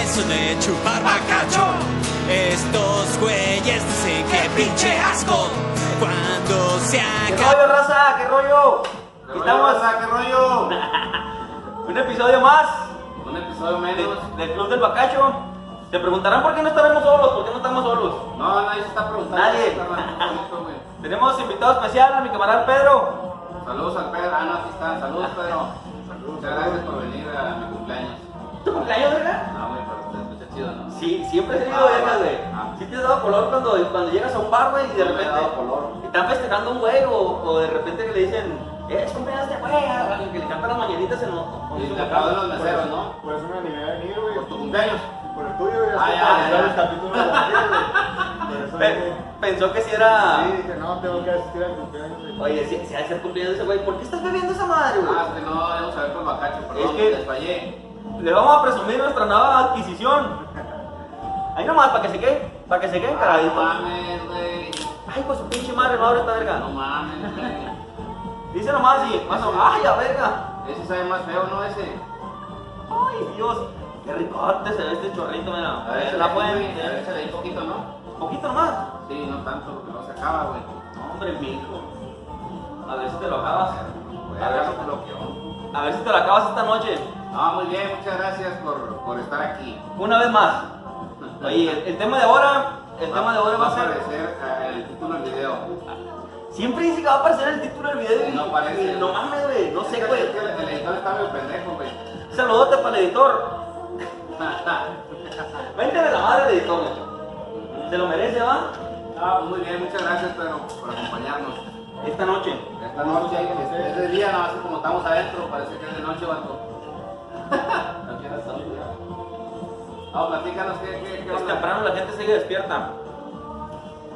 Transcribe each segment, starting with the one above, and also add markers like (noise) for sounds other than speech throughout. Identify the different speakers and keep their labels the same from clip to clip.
Speaker 1: eso de chupar bacacho. Estos güeyes dicen que pinche asco. Cuando se
Speaker 2: ¿Qué
Speaker 1: acaba.
Speaker 2: rollo, raza? ¿Qué rollo? Aquí estamos.
Speaker 3: ¿Qué rollo?
Speaker 2: Un episodio más
Speaker 3: Un episodio menos.
Speaker 2: de- del Club del Bacacho. Se preguntarán por qué no estaremos solos, por qué no estamos solos.
Speaker 3: No, nadie se está preguntando.
Speaker 2: Nadie.
Speaker 3: Está hablando, güey.
Speaker 2: Tenemos invitado especial a mi camarada Pedro.
Speaker 3: Saludos al Pedro. Ah, no, aquí está. Saludos, Pedro. Muchas gracias por venir a mi cumpleaños.
Speaker 2: ¿Tu cumpleaños, verga?
Speaker 3: No, Ah, güey, pero te escucha chido, ¿no?
Speaker 2: Sí, siempre he sido verga, güey.
Speaker 3: Ah.
Speaker 2: Sí te has dado color cuando, cuando llegas a un bar, güey, y de
Speaker 3: No me he
Speaker 2: repente
Speaker 3: dado color.
Speaker 2: están festejando un güey o, o de repente que le dicen, eh, es cumpleaños de güey, a alguien que le cantan las mañanitas en otro.
Speaker 3: Y le aplauden los meseros, ¿no?
Speaker 4: Por eso me animé a venir, güey.
Speaker 3: Por tu cumpleaños.
Speaker 4: Por el tuyo, ya
Speaker 3: Ah,
Speaker 4: estoy
Speaker 3: ya,
Speaker 4: para
Speaker 3: ya.
Speaker 4: el capítulo de la tele, güey. Por eso vine.
Speaker 2: Pensó que si era...
Speaker 4: Sí, dije, no, tengo que asistir al cumpleaños. güey.
Speaker 2: Oye, si, si ha de ser cumpleaños ese güey, ¿por qué estás bebiendo esa madre, güey?
Speaker 3: Ah, es que no debemos saber por bacacho, perdón,
Speaker 2: Es que-
Speaker 3: les fallé.
Speaker 2: Le vamos a presumir nuestra nueva adquisición. Ahí nomás, para que se quede, para que se quede
Speaker 3: Ah, No
Speaker 2: encaradito.
Speaker 3: mames, güey.
Speaker 2: Ay, pues su pinche madre, no abre esta verga.
Speaker 3: No mames, güey.
Speaker 2: Dice nomás así, más o ay, la verga.
Speaker 3: Ese sabe más feo, ¿no? Ese.
Speaker 2: Ay, Dios, qué ricote se ve este chorrito, mira.
Speaker 3: A ver,
Speaker 2: se
Speaker 3: se
Speaker 2: la pueden,
Speaker 3: Échale ahí poquito, ¿no?
Speaker 2: poquito nomás.
Speaker 3: Sí, no tanto, porque no se acaba, güey.
Speaker 2: No, hombre, mijo. A ver si te lo acabas.
Speaker 3: Güey,
Speaker 2: A
Speaker 3: ya se
Speaker 2: ver,
Speaker 3: bloqueó.
Speaker 2: a ver si te lo acabas esta noche.
Speaker 3: Ah, muy bien, muchas gracias por, por estar aquí.
Speaker 2: Una vez más. Oye, el, el tema de ahora, el tema de ahora va a ser...
Speaker 3: aparecer eh, el título del video.
Speaker 2: Siempre dice que va a aparecer el título del video y
Speaker 3: No aparece,
Speaker 2: y no
Speaker 3: güey.
Speaker 2: mames, güey, no sé,
Speaker 3: Es que-
Speaker 2: güey.
Speaker 3: es que El el editor está medio pendejo, güey. (laughs)
Speaker 2: Saludote para el editor. Vente de la madre del editor, güey. Se lo merece, ¿va?
Speaker 3: Ah, muy bien, muchas gracias, Pedro, por acompañarnos.
Speaker 2: Esta noche.
Speaker 3: Esta noche, este, es de día, no, así como estamos adentro, parece que es de noche, vato. No quieras salir, ya. Ah, platícanos qué, qué, qué
Speaker 2: Es
Speaker 3: onda?
Speaker 2: temprano, la gente sigue despierta.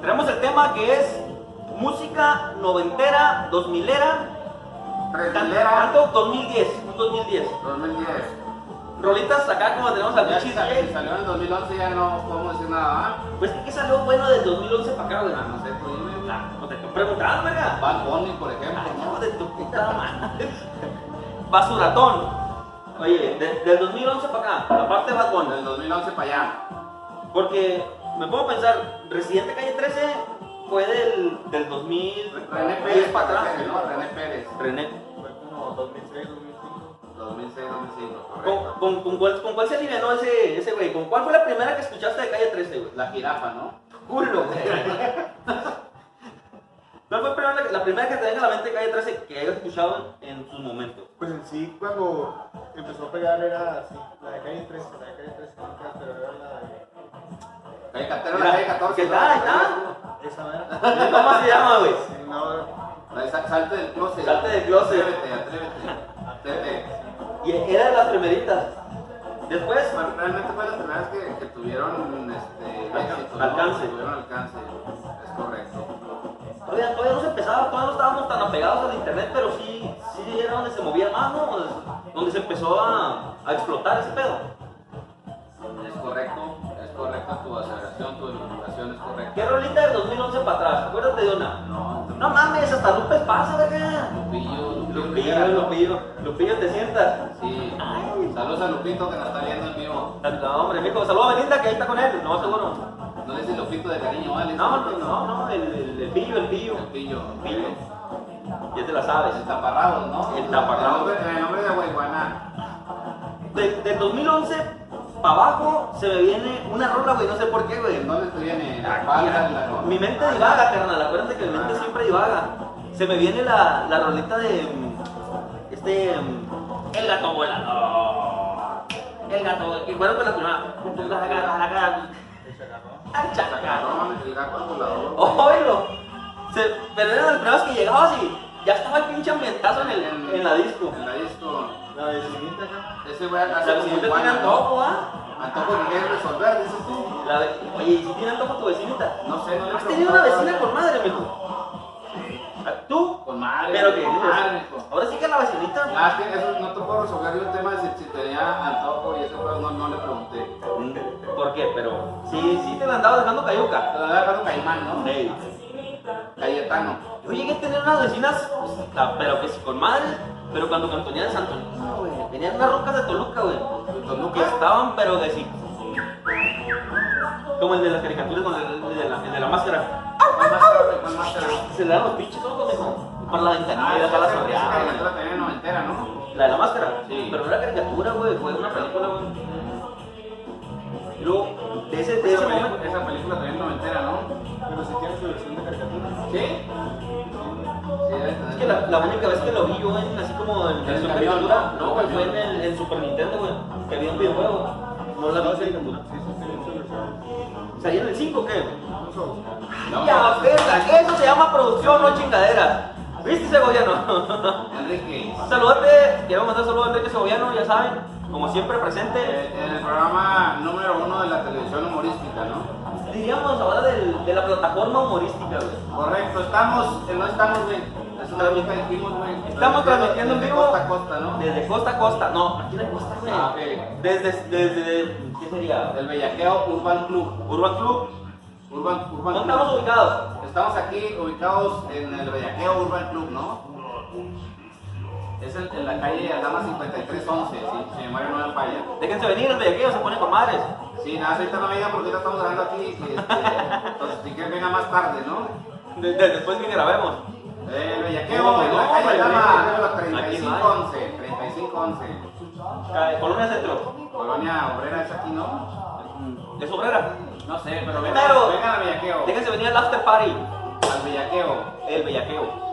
Speaker 2: Tenemos el tema que es música noventera, dos milera, tan-
Speaker 3: Trendilera,
Speaker 2: tanto 2010, un 2010.
Speaker 3: 2010.
Speaker 2: Rolitas acá como tenemos al
Speaker 3: Ya
Speaker 2: Luchis
Speaker 3: sa-
Speaker 2: DJ.
Speaker 3: si salió en el 2011, ya no podemos decir nada, ¿ah?
Speaker 2: Pues ¿qué salió bueno del 2011 para acá, güey?
Speaker 3: Ah, No sé, tú dime.
Speaker 2: Ah, pues, te estoy preguntando, verga.
Speaker 3: Bad Bunny, por ejemplo,
Speaker 2: Ay,
Speaker 3: ¿no?
Speaker 2: hijo de tu puta madre. Basuratón. Oye, de- del 2011 para acá, aparte de Bad Bunny.
Speaker 3: Del 2011 para allá.
Speaker 2: Porque me puedo pensar, Residente Calle 13 fue del, del 2000.
Speaker 3: René Pérez
Speaker 2: para
Speaker 3: para
Speaker 2: atrás.
Speaker 3: atrás, ¿no? René Pérez.
Speaker 2: René.
Speaker 4: Fue como 2006, 2005.
Speaker 3: 2006, 2005,
Speaker 2: ¿Con,
Speaker 3: correcto.
Speaker 2: con, con cuál, ¿Con cuál se alivianó ese ese güey? ¿Con cuál fue la primera que escuchaste de Calle 13, güey?
Speaker 3: La jirafa, ¿no?
Speaker 2: Culo,
Speaker 3: (laughs)
Speaker 2: güey. ¿Cuál fue primero la, la primera que te venga a la mente de Calle 13 que hayas escuchado en, en sus momentos?
Speaker 4: Pues en sí, cuando empezó a pegar era así, la de calle 13, la de calle 13, nunca, pero era la de
Speaker 3: El catero de
Speaker 2: Mira,
Speaker 3: la calle 14.
Speaker 2: ¿Qué
Speaker 3: ¿no?
Speaker 2: tal? ¿Está?
Speaker 4: esa manera.
Speaker 2: ¿Cómo se llama, güey?
Speaker 4: No,
Speaker 3: La de sa- Salte del closet.
Speaker 2: Salte del closet.
Speaker 3: Atrévete, atrévete. Atrévete.
Speaker 2: Y era de las primeritas. Después,
Speaker 3: Bueno, realmente fue las primeras que, que tuvieron este,
Speaker 2: Alca-
Speaker 3: éxito, ¿no?
Speaker 2: alcance.
Speaker 3: Que Tuvieron alcance. Es correcto.
Speaker 2: Todavía, todavía no se empezaba, todavía no estábamos tan apegados al internet, pero sí, sí era donde se movía más, ¿no? Donde, donde se empezó a, a explotar ese pedo.
Speaker 3: Es correcto. Es correcta tu aceleración, tu iluminación es correcta.
Speaker 2: ¿Qué rolita del 2011 para atrás? Acuérdate de una.
Speaker 3: No,
Speaker 2: No mames, hasta Lupes pasa, verga.
Speaker 3: Lupillo, Lupillo.
Speaker 2: Lupillo,
Speaker 3: Rivera, ¿no?
Speaker 2: Lupillo, Lupillo, te sientas.
Speaker 3: Sí.
Speaker 2: Ay.
Speaker 3: Saludos a Lupito que nos está viendo en vivo.
Speaker 2: No, hombre, mijo, saludos a Belinda que ahí está con él, no seguro.
Speaker 3: No es el Lupito de cariño, ¿vale?
Speaker 2: No, no, no, no, el, el, el pillo, el pillo.
Speaker 3: El pillo.
Speaker 2: Pillo.
Speaker 3: ok.
Speaker 2: Ya te la sabes.
Speaker 3: El taparrabos, ¿no?
Speaker 2: El taparrabos.
Speaker 3: El nombre, el nombre de Guayguaná.
Speaker 2: De- del 2011 para abajo se me viene una rola, güey, no sé por qué, güey.
Speaker 3: ¿En dónde te viene? ¿En la espalda? en la-
Speaker 2: Mira, Mi mente divaga, carnal. Acuérdate que mi mente siempre divaga. Se me viene la, la rolita de. mm, Este. mm, El gato volador. El gato. Y bueno, con la primera. Al chacarro.
Speaker 3: Cabrón, el gato volador.
Speaker 2: Oílo. Se- Pero eran las primeras que llegabas y ya estaba el pinche ambientazo en, el, en la disco.
Speaker 3: En la disco.
Speaker 4: la de siguiente acá.
Speaker 3: Ese güey acá
Speaker 2: La
Speaker 3: hace
Speaker 2: que
Speaker 3: como
Speaker 2: siempre tiene
Speaker 3: Guayguaná, ¿no?
Speaker 2: antojo, ¿ah?
Speaker 3: Antojo que quieres resolver, dices tú.
Speaker 2: La ve- Oye, ¿y si tiene antojo tu vecinita?
Speaker 3: No sé, no le he
Speaker 2: ¿Has tenido una
Speaker 3: preguntado.
Speaker 2: vecina con madre, mijo? ¿Tú?
Speaker 3: Con madre.
Speaker 2: Ah, Pero que
Speaker 3: con madre, hijo.
Speaker 2: ahora sí que la vecinita.
Speaker 3: Ah, es que eso no te puedo resolver yo el tema de si, si tenía antojo y eso pues, no, no le pregunté. Te
Speaker 2: ¿Por qué? Pero sí, sí te la andaba dejando cayuca.
Speaker 3: lo había dejado Caimán, ¿no?
Speaker 2: Ey,
Speaker 3: Cayetano.
Speaker 2: Yo llegué a tener unas vecinas, pues, la- pero que sí con madre, pero cuando cantoneaban de Santo Antonio, güey, tenían unas rocas de Toluca, güey,
Speaker 3: De
Speaker 2: que
Speaker 3: Toluca.
Speaker 2: estaban, pero que sí, Como el de las caricaturas con el, el de, la, el de la máscara.
Speaker 3: ¿Cuál máscara? ¿Cuál máscara?
Speaker 2: Se le dan los pinches ojos, mijo. Para la
Speaker 3: Ah,
Speaker 2: ventanilla,
Speaker 3: esa
Speaker 2: para la
Speaker 3: esa
Speaker 2: soleada.
Speaker 3: caricatura también es noventera, ¿no?
Speaker 2: La de la máscara.
Speaker 3: Sí.
Speaker 2: Pero no era caricatura, güey. Fue una película, güey. Y Luego, de ese, de ese
Speaker 3: Esa
Speaker 2: momento.
Speaker 3: película- Esa película también es noventera, ¿no?
Speaker 4: Pero si tiene su versión de caricatura.
Speaker 3: ¿Sí? Sí,
Speaker 2: Es que la, la única vez que lo vi yo en así como en,
Speaker 3: ¿En
Speaker 2: en su
Speaker 3: el camión?
Speaker 2: caricatura, no, güey, fue en el en Super Nintendo, güey, que había un videojuego. No la vi en caricatura.
Speaker 4: Sí, sí, tiene su versión.
Speaker 2: ¿Salía en el 5 o qué? güey?
Speaker 4: Vamos a buscar.
Speaker 3: No,
Speaker 2: Ya, verga, eso se llama producción, no chingadera. ¿Viste, (laughs) Segoviano?
Speaker 3: pues, Enrique,
Speaker 2: Saludote, quiero mandar saludos a Enrique Segoviano, ya saben, como siempre presente.
Speaker 3: eh, en el programa número uno de la televisión humorística, ¿no?
Speaker 2: Diríamos ahora del- de la plataforma humorística, güey.
Speaker 3: Correcto, estamos, eh, no estamos, güey. Es una vez que dijimos, güey.
Speaker 2: Estamos transmitiendo en
Speaker 3: Desde
Speaker 2: vivo
Speaker 3: Costa a costa, ¿no?
Speaker 2: desde costa a costa, no, aquí en la costa, güey.
Speaker 3: Ah, ok.
Speaker 2: Desde, desde, ¿qué sería?
Speaker 3: Del Bellaqueo Urban Club.
Speaker 2: Urban Club.
Speaker 3: Urban, Urban
Speaker 2: ¿Dónde
Speaker 3: Club.
Speaker 2: estamos ubicados?
Speaker 3: Estamos aquí ubicados en el Bellaqueo Urban Club, ¿no? Es en, en la calle Aldama 5311, si, si mi memoria no me falla.
Speaker 2: Déjense venir, el bellaqueo se pone con madres.
Speaker 3: Sí, nada, ahorita no me digan porque ya estamos grabando aquí. Este, entonces, si quieren, venga más tarde, ¿no?
Speaker 2: De- de- después que grabemos.
Speaker 3: Eh, El Bellaqueo,
Speaker 2: No,
Speaker 3: en
Speaker 2: no,
Speaker 3: la calle
Speaker 2: hombre,
Speaker 3: Aldama
Speaker 2: aquí no hay.
Speaker 3: 3511, 3511.
Speaker 2: Ca- Colonia Centro.
Speaker 3: Colonia Obrera es aquí, ¿no?
Speaker 2: De Sobrera.
Speaker 3: No sé, pero venga,
Speaker 2: Pero-
Speaker 3: venga al Bellaqueo.
Speaker 2: Déjense venir al after party.
Speaker 3: Al Bellaqueo.
Speaker 2: El bellaqueo.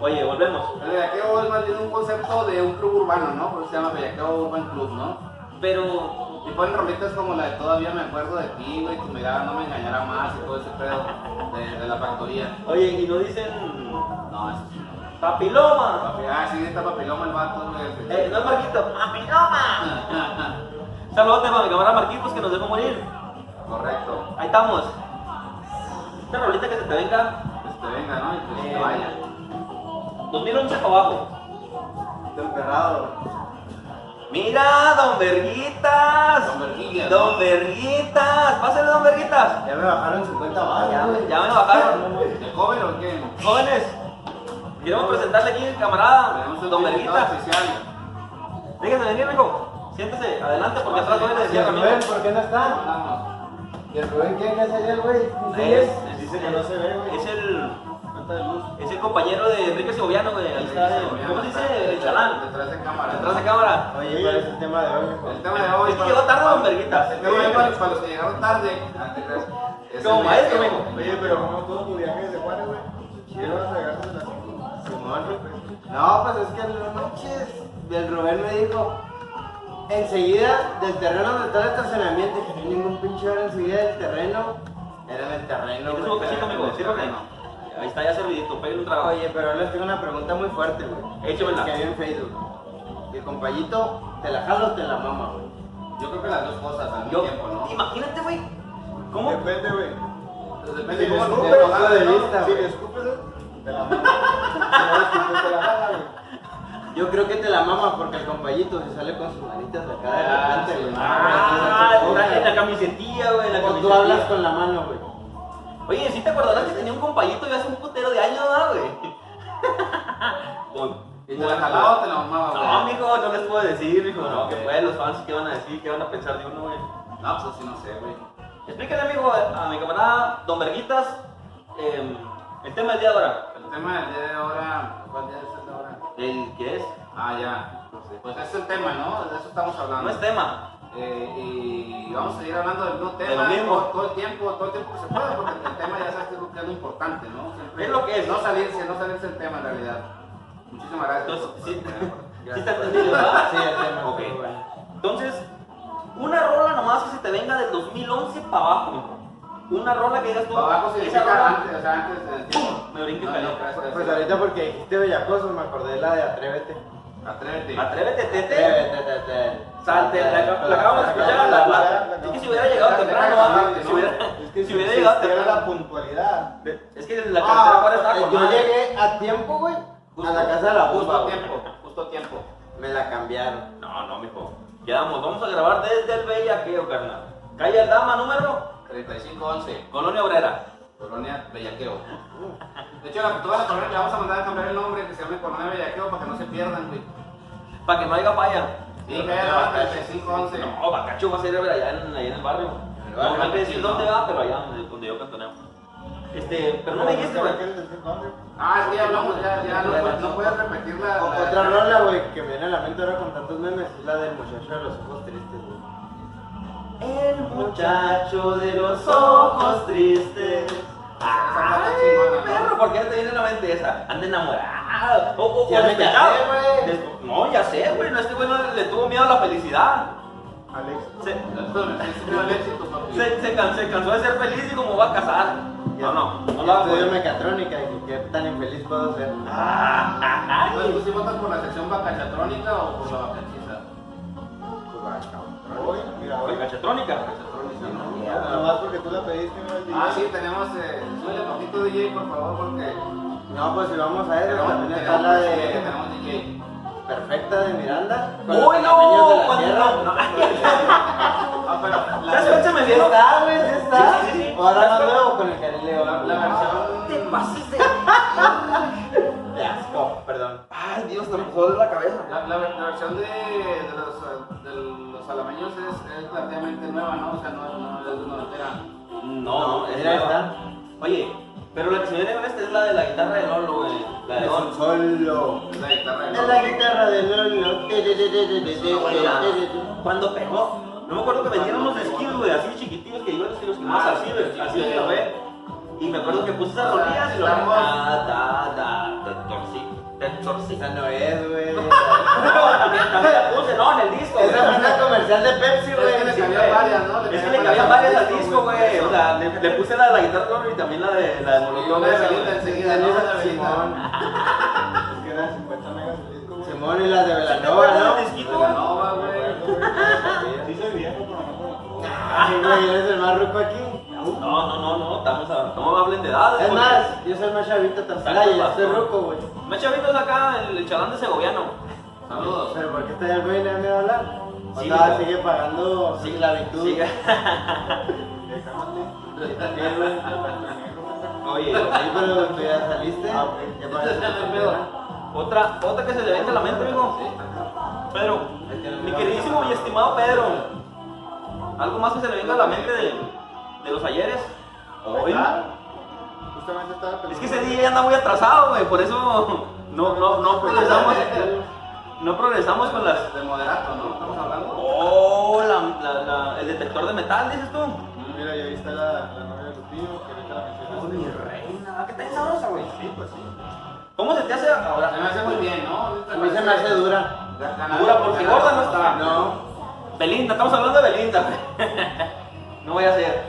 Speaker 2: Oye, volvemos.
Speaker 3: El bellaqueo es más bien un concepto de un club urbano, ¿no? Por eso se llama bellaqueo urban club, ¿no?
Speaker 2: Pero
Speaker 3: Y ponen rolitas como la de Todavía me acuerdo de ti, güey, tu mirada no me engañará más y todo ese pedo de, de la factoría.
Speaker 2: Oye, y no dicen
Speaker 3: No, eso sí no.
Speaker 2: papiloma.
Speaker 3: Papi- ah, sí, está papiloma el vato, güey.
Speaker 2: Eh, no es Marquito, papiloma.
Speaker 3: Correcto.
Speaker 2: Saludos para mi camarada Marquitos que nos dejó morir. Ahí estamos. Esta rolita que se te venga
Speaker 3: Este, venga, ¿no? Y pues que
Speaker 2: Eh.
Speaker 3: vaya.
Speaker 2: 2011 para abajo.
Speaker 4: Del perrado.
Speaker 2: Mira, don Verguitas.
Speaker 3: Don Verguillas, ¿no?
Speaker 2: Don Verguitas. Pásale, don Verguitas.
Speaker 4: Ya me bajaron 50
Speaker 2: Ah, Ya,
Speaker 4: balas.
Speaker 2: me- ya me lo bajaron.
Speaker 3: ¿De joven o qué?
Speaker 2: Jóvenes, queremos presentarle aquí al camarada,
Speaker 3: Tenemos un
Speaker 2: don
Speaker 3: invitado
Speaker 2: Verguita.
Speaker 3: especial.
Speaker 2: Déjense venir, mijo. Siéntese, adelante, porque atrás duele,
Speaker 4: ¿Y
Speaker 2: decía
Speaker 4: el Rubén
Speaker 2: Ramiro.
Speaker 4: por qué no está?
Speaker 3: Vamos.
Speaker 4: ¿Y el Rubén qué? ¿Qué hace ayer, güey? ¿Qué
Speaker 2: Ahí
Speaker 4: sigues?
Speaker 2: es,
Speaker 4: Dice que no se ve, güey.
Speaker 2: Es el,
Speaker 4: Falta de luz.
Speaker 2: es el compañero de Enrique Segoviano, güey. Ahí está,
Speaker 3: Sí,
Speaker 2: el- ¿cómo se dice? El
Speaker 3: detrás-
Speaker 2: chalán.
Speaker 3: Detrás de cámara.
Speaker 2: Detrás de cámara.
Speaker 4: Oye, ¿cuál es el tema de hoy, mijo?
Speaker 3: El tema de hoy.
Speaker 2: Es que llegó tarde, don Verguitas.
Speaker 3: El tema de hoy para, para los que llegaron tarde. ah, te creas, es
Speaker 2: Como
Speaker 3: el
Speaker 2: maestro,
Speaker 3: bellaqueo.
Speaker 2: amigo.
Speaker 4: Oye, pero como todos tu viaje desde Juárez, güey. ¿Quién vas a llegar desde las 5? Simón, güey.
Speaker 5: No, pues es que en las noches el Rubén me dijo, enseguida del terreno donde está el estacionamiento, que no hay ningún pinche hora enseguida del terreno, era del
Speaker 2: Este
Speaker 5: terreno.
Speaker 2: es
Speaker 5: güey.
Speaker 2: un bocacito, amigo. Sírvame. Ahí está, ya servidito. Pégale un trago.
Speaker 5: Oye, pero les tengo una pregunta muy fuerte, güey.
Speaker 2: Échamela.
Speaker 5: Que había en Facebook. El compañito, ¿te la jalo o te la mama, güey?
Speaker 3: Yo creo que las dos cosas al mismo
Speaker 2: Yo,
Speaker 3: tiempo, ¿no?
Speaker 2: imagínate, güey. ¿Cómo?
Speaker 4: Depende, güey. Si
Speaker 3: Entonces, depende
Speaker 4: le
Speaker 3: de cómo
Speaker 4: escupes,
Speaker 3: te lo hagas,
Speaker 5: de
Speaker 3: ¿no?
Speaker 5: vista.
Speaker 4: si le escupes, te la mano. Si no le escupes, te la mano, güey.
Speaker 5: Yo creo que te la mama porque el compañito se sale con sus manitas de acá
Speaker 3: Ah,
Speaker 5: de repente,
Speaker 3: sí.
Speaker 5: güey.
Speaker 2: Ah,
Speaker 5: Entonces,
Speaker 2: está en la
Speaker 5: entonces,
Speaker 2: camisetilla, güey. en la
Speaker 5: o tú hablas
Speaker 2: camisetilla.
Speaker 5: con la mano, güey.
Speaker 2: Oye, ¿sí te acordarás que tenía un compañito yo hace un putero de años, ¿verdad,
Speaker 5: (laughs)
Speaker 2: güey? Con-
Speaker 3: ¿Y te la jalaba o te la mamaba, güey?
Speaker 2: No, mijo, no les puedo decir, mijo. No,
Speaker 3: Ok.
Speaker 2: que fue, los fans, ¿qué van a decir? ¿Qué van a pensar de uno, güey?
Speaker 3: No, pues sí, no sé, güey.
Speaker 2: Explícale, amigo, a mi camarada Don Verguitas em, el tema del día de ahora.
Speaker 3: El tema del día de ahora, ¿cuál día es el de ahora?
Speaker 2: ¿El qué es?
Speaker 3: Ah, ya. Pues ese es el tema, ¿no? De eso estamos hablando.
Speaker 2: No es tema.
Speaker 3: Eh, y vamos a seguir hablando del mismo tema
Speaker 2: De lo mismo.
Speaker 3: Todo, todo el tiempo, todo el tiempo que se pueda, porque el tema ya sabes que es lo que es lo importante, ¿no? Siempre
Speaker 2: Es lo que es.
Speaker 3: No salirse, no salirse del tema en realidad. Muchísimas gracias.
Speaker 2: Entonces, sí, sí
Speaker 3: Gracias.
Speaker 2: te entendí, ¿verdad?
Speaker 5: Sí, el tema.
Speaker 2: Ok.
Speaker 5: güey.
Speaker 2: Entonces, una rola nomás que se te venga del 2011 para abajo, mijo. Una rola que digas tú.
Speaker 3: Para (laughs) abajo
Speaker 2: esa
Speaker 3: significa
Speaker 2: rola-
Speaker 3: antes, o sea, antes del tiempo.
Speaker 2: Me brinco
Speaker 3: No,
Speaker 2: el
Speaker 3: no,
Speaker 2: calor.
Speaker 3: gracias,
Speaker 5: Pues
Speaker 3: gracias.
Speaker 5: ahorita porque dijiste bellacoso me acordé la de Atrévete.
Speaker 3: Atrévete.
Speaker 2: Atrévete, tete.
Speaker 5: Atrévete, te, te.
Speaker 2: Salte, la, la, acabamos de escuchar, la, la- es que si hubiera llegado temprano, ¿va? si hubiera,
Speaker 4: Es que
Speaker 2: si hubiera llegado
Speaker 4: existiera la
Speaker 2: temprano,
Speaker 4: puntualidad.
Speaker 2: es que la carretera
Speaker 5: Ah,
Speaker 2: ahora estaba
Speaker 5: eh,
Speaker 2: con
Speaker 5: yo
Speaker 2: madre.
Speaker 5: llegué a tiempo, güey, a la casa de la
Speaker 3: Justo
Speaker 5: bomba.
Speaker 3: a tiempo, justo a tiempo.
Speaker 5: Me la cambiaron.
Speaker 2: No, no, mijo, quedamos, vamos a grabar desde el Bellaqueo, carnal, calle Aldama, número,
Speaker 3: 3511,
Speaker 2: Colonia Obrera,
Speaker 3: Colonia Bellaqueo. De hecho, la, toda la colonia le vamos a mandar a cambiar el nombre, que se llame Colonia Bellaqueo, para que no se pierdan, güey.
Speaker 2: para que no haya falla,
Speaker 3: Sí, que haya la 3511.
Speaker 2: no, Bacacho va a ser allá en, allá en el barrio,
Speaker 5: Pero
Speaker 2: No, no
Speaker 5: ahora
Speaker 2: voy a decir dónde va, pero allá donde, donde yo cantoneo. Este, pero no me dijiste, güey.
Speaker 3: Ah, es que ya hablamos, ya, ya no, puedes- no puedes repetir la. la-
Speaker 5: O- Otra rola, güey, que me viene a la mente ahora con tantos memes es la del muchacho de los ojos tristes, güey.
Speaker 2: El muchacho de los ojos tristes.
Speaker 5: Ah,
Speaker 2: Ay, perro, ¿por qué te viene a la mente esa? Anda enamorado. O, o,
Speaker 5: Ya
Speaker 2: o
Speaker 5: me
Speaker 2: despechado.
Speaker 5: casé, güey.
Speaker 2: Des- No, ya sé, güey. No, este güey no le, le tuvo miedo a la felicidad.
Speaker 4: Alex.
Speaker 2: Se,
Speaker 3: Esto le estoy diciendo el éxito, papi.
Speaker 2: se, se, can- se cansó de ser feliz y como va a casar.
Speaker 5: Ya
Speaker 2: No, no, no lo
Speaker 5: ya
Speaker 2: hago.
Speaker 5: estudié mecatrónica y qué tan infeliz puedo ser.
Speaker 2: Ah, ah, ah.
Speaker 3: Pues, ¿Tú sí votas por la sección bacachatrónica o por la bacachiza?
Speaker 4: Hoy, mira, hoy.
Speaker 2: Oye, cachetrónica.
Speaker 3: Bacachatrónica, ¿no?
Speaker 4: Nomás porque tú la pediste, mira, el
Speaker 3: Ah, sí,
Speaker 4: DJ.
Speaker 3: tenemos. Eh, súbele poquito DJ, por favor, porque.
Speaker 5: No, pues si vamos a eso,
Speaker 3: tenemos-
Speaker 5: también está
Speaker 3: tenemos-
Speaker 5: la
Speaker 3: sí,
Speaker 5: de
Speaker 3: Tenemos DJ.
Speaker 5: Perfecta de Miranda. con los
Speaker 2: ¡Uy,
Speaker 5: pequeños de
Speaker 2: no!
Speaker 5: la
Speaker 2: cuando-
Speaker 5: sierra.
Speaker 2: no, no.
Speaker 3: Ah, pero. La,
Speaker 2: ¿Sabes cuál se me
Speaker 5: Sí
Speaker 2: dio?
Speaker 5: está, güey, sí está.
Speaker 2: Sí, sí, sí.
Speaker 5: Ahora más nuevo con el carileo.
Speaker 3: la- la versión.
Speaker 2: Te pasaste.
Speaker 5: De asco, perdón.
Speaker 2: Ay, Dios, te me pasó de la cabeza.
Speaker 3: La, la ver- la versión de, de los, eh, de los alameños es, es relativamente nueva, ¿no? O sea, no, no es noventera.
Speaker 2: No, no, es
Speaker 5: Mira,
Speaker 2: nueva.
Speaker 5: está.
Speaker 2: Oye, pero la que se viene con esta es la de la guitarra de Lolo, güey. La de
Speaker 5: Es un
Speaker 2: Don.
Speaker 5: solo.
Speaker 3: Es la guitarra de
Speaker 5: Es
Speaker 3: Lolo.
Speaker 5: la guitarra de Lolo.
Speaker 2: Buena. Cuando pegó, no me acuerdo que vendieron unos skills, güey, así chiquititos que yo los que los que más
Speaker 3: Ah,
Speaker 2: así, güey,
Speaker 3: sí,
Speaker 2: así
Speaker 3: sí.
Speaker 2: de café. Y me acuerdo que puse esas
Speaker 3: O sea,
Speaker 2: rodillas y lo
Speaker 3: estamos-
Speaker 2: Ta, ta, ta, te torcí, te torcí.
Speaker 5: Esa no es, güey.
Speaker 2: (laughs) No, también, también la puse, no, en el disco, güey.
Speaker 5: Esa es una comercial de Pepsi,
Speaker 3: Es que
Speaker 5: güey.
Speaker 3: le
Speaker 2: Sí,
Speaker 3: cabían
Speaker 2: güey.
Speaker 3: varias, ¿no?
Speaker 2: Es que le cabían varias al disco, güey. O sea, le, le puse la de la guitarra Lolo y también la de la de
Speaker 3: Y
Speaker 2: Molotov.
Speaker 3: una de
Speaker 2: esa,
Speaker 3: velita
Speaker 2: güey.
Speaker 3: enseguida, ¿no? Una de velita.
Speaker 5: Simón.
Speaker 4: Es que eran 50 megas el disco, güey.
Speaker 5: Simón y las de Velanova,
Speaker 2: acuerdas
Speaker 5: ¿no?
Speaker 2: del disquito,
Speaker 5: Velanova.
Speaker 3: Nova, güey.
Speaker 4: Sí, soy viejo, pero no como tú.
Speaker 5: Ay, güey, eres el más ruco aquí.
Speaker 2: No, no, no, no, estamos a. No hablen de edades.
Speaker 5: Es
Speaker 2: porque-
Speaker 5: más, yo soy más chavito también. Ay, yo soy ruco, güey.
Speaker 2: Más chavitos acá, el, el chalán de segoviano.
Speaker 3: Saludos.
Speaker 5: Pero ¿por qué está el güey y le da miedo a hablar? O
Speaker 2: Sí,
Speaker 5: sea,
Speaker 2: güey.
Speaker 5: sigue pagando su esclavitud.
Speaker 2: Siga.
Speaker 5: Sí, güey.
Speaker 2: Oye,
Speaker 5: Ahí pero tú ya saliste.
Speaker 4: Ah, ok.
Speaker 5: Ya pagaste tu peda.
Speaker 2: otra, otra que se le venga a la mente, amigo. Pedro, mi queridísimo y estimado Pedro. Algo más que se le venga a la mente de, de los ayeres. Hoy.
Speaker 4: Justamente estaba
Speaker 2: Es que ese día ya anda muy atrasado, güey, por eso no, no, no
Speaker 5: Pues,
Speaker 2: progresamos. No progresamos con las.
Speaker 3: De moderato, ¿no? Estamos hablando.
Speaker 2: Oh, la- la- la- el detector de metal, dices tú.
Speaker 4: Ah, Mira, y ahí está la, la novia de Lupillo, que ahorita la mencionaste.
Speaker 2: reina, ¿qué tal sabrosa, güey?
Speaker 4: Sí, pues sí.
Speaker 2: ¿Cómo se te hace
Speaker 3: Se
Speaker 2: ahora?
Speaker 3: me hace muy bien, ¿no?
Speaker 5: A mí se me hace dura.
Speaker 2: Dura porque gorda no está.
Speaker 5: No.
Speaker 2: Belinda, estamos hablando de Belinda. (laughs) güey. no voy a hacer.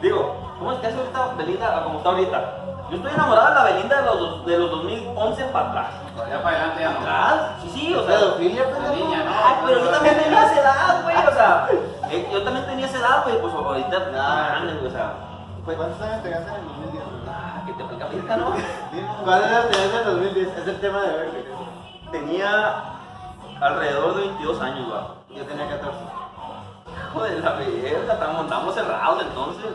Speaker 2: Digo, ¿cómo es que hace ahorita Belinda a como está ahorita? Yo estoy enamorada de la Belinda de los, dos- de los 2011 para atrás.
Speaker 3: Pues Ya para adelante ya no.
Speaker 2: ¿Atrás? Sí, sí, o sea.
Speaker 5: Pedofilia,
Speaker 3: La
Speaker 5: pendejo.
Speaker 3: niña, ¿no?
Speaker 2: Ay, pero yo también tenía esa edad, güey, o sea. eh, yo también tenía esa edad, güey, pues ahorita. no mames, güey, o sea. Pues,
Speaker 4: ¿Cuántos años tenías en el 2010?
Speaker 5: (laughs)
Speaker 2: ah, que te aplica ahorita, ¿no?
Speaker 5: ¿Cuál era el tema del 2010? Es el tema de hoy, güey.
Speaker 2: Tenía alrededor de 22 años, güey.
Speaker 5: Yo
Speaker 2: (laughs)
Speaker 5: tenía 14.
Speaker 2: Hijo de la verga, estamos, estamos cerrados entonces.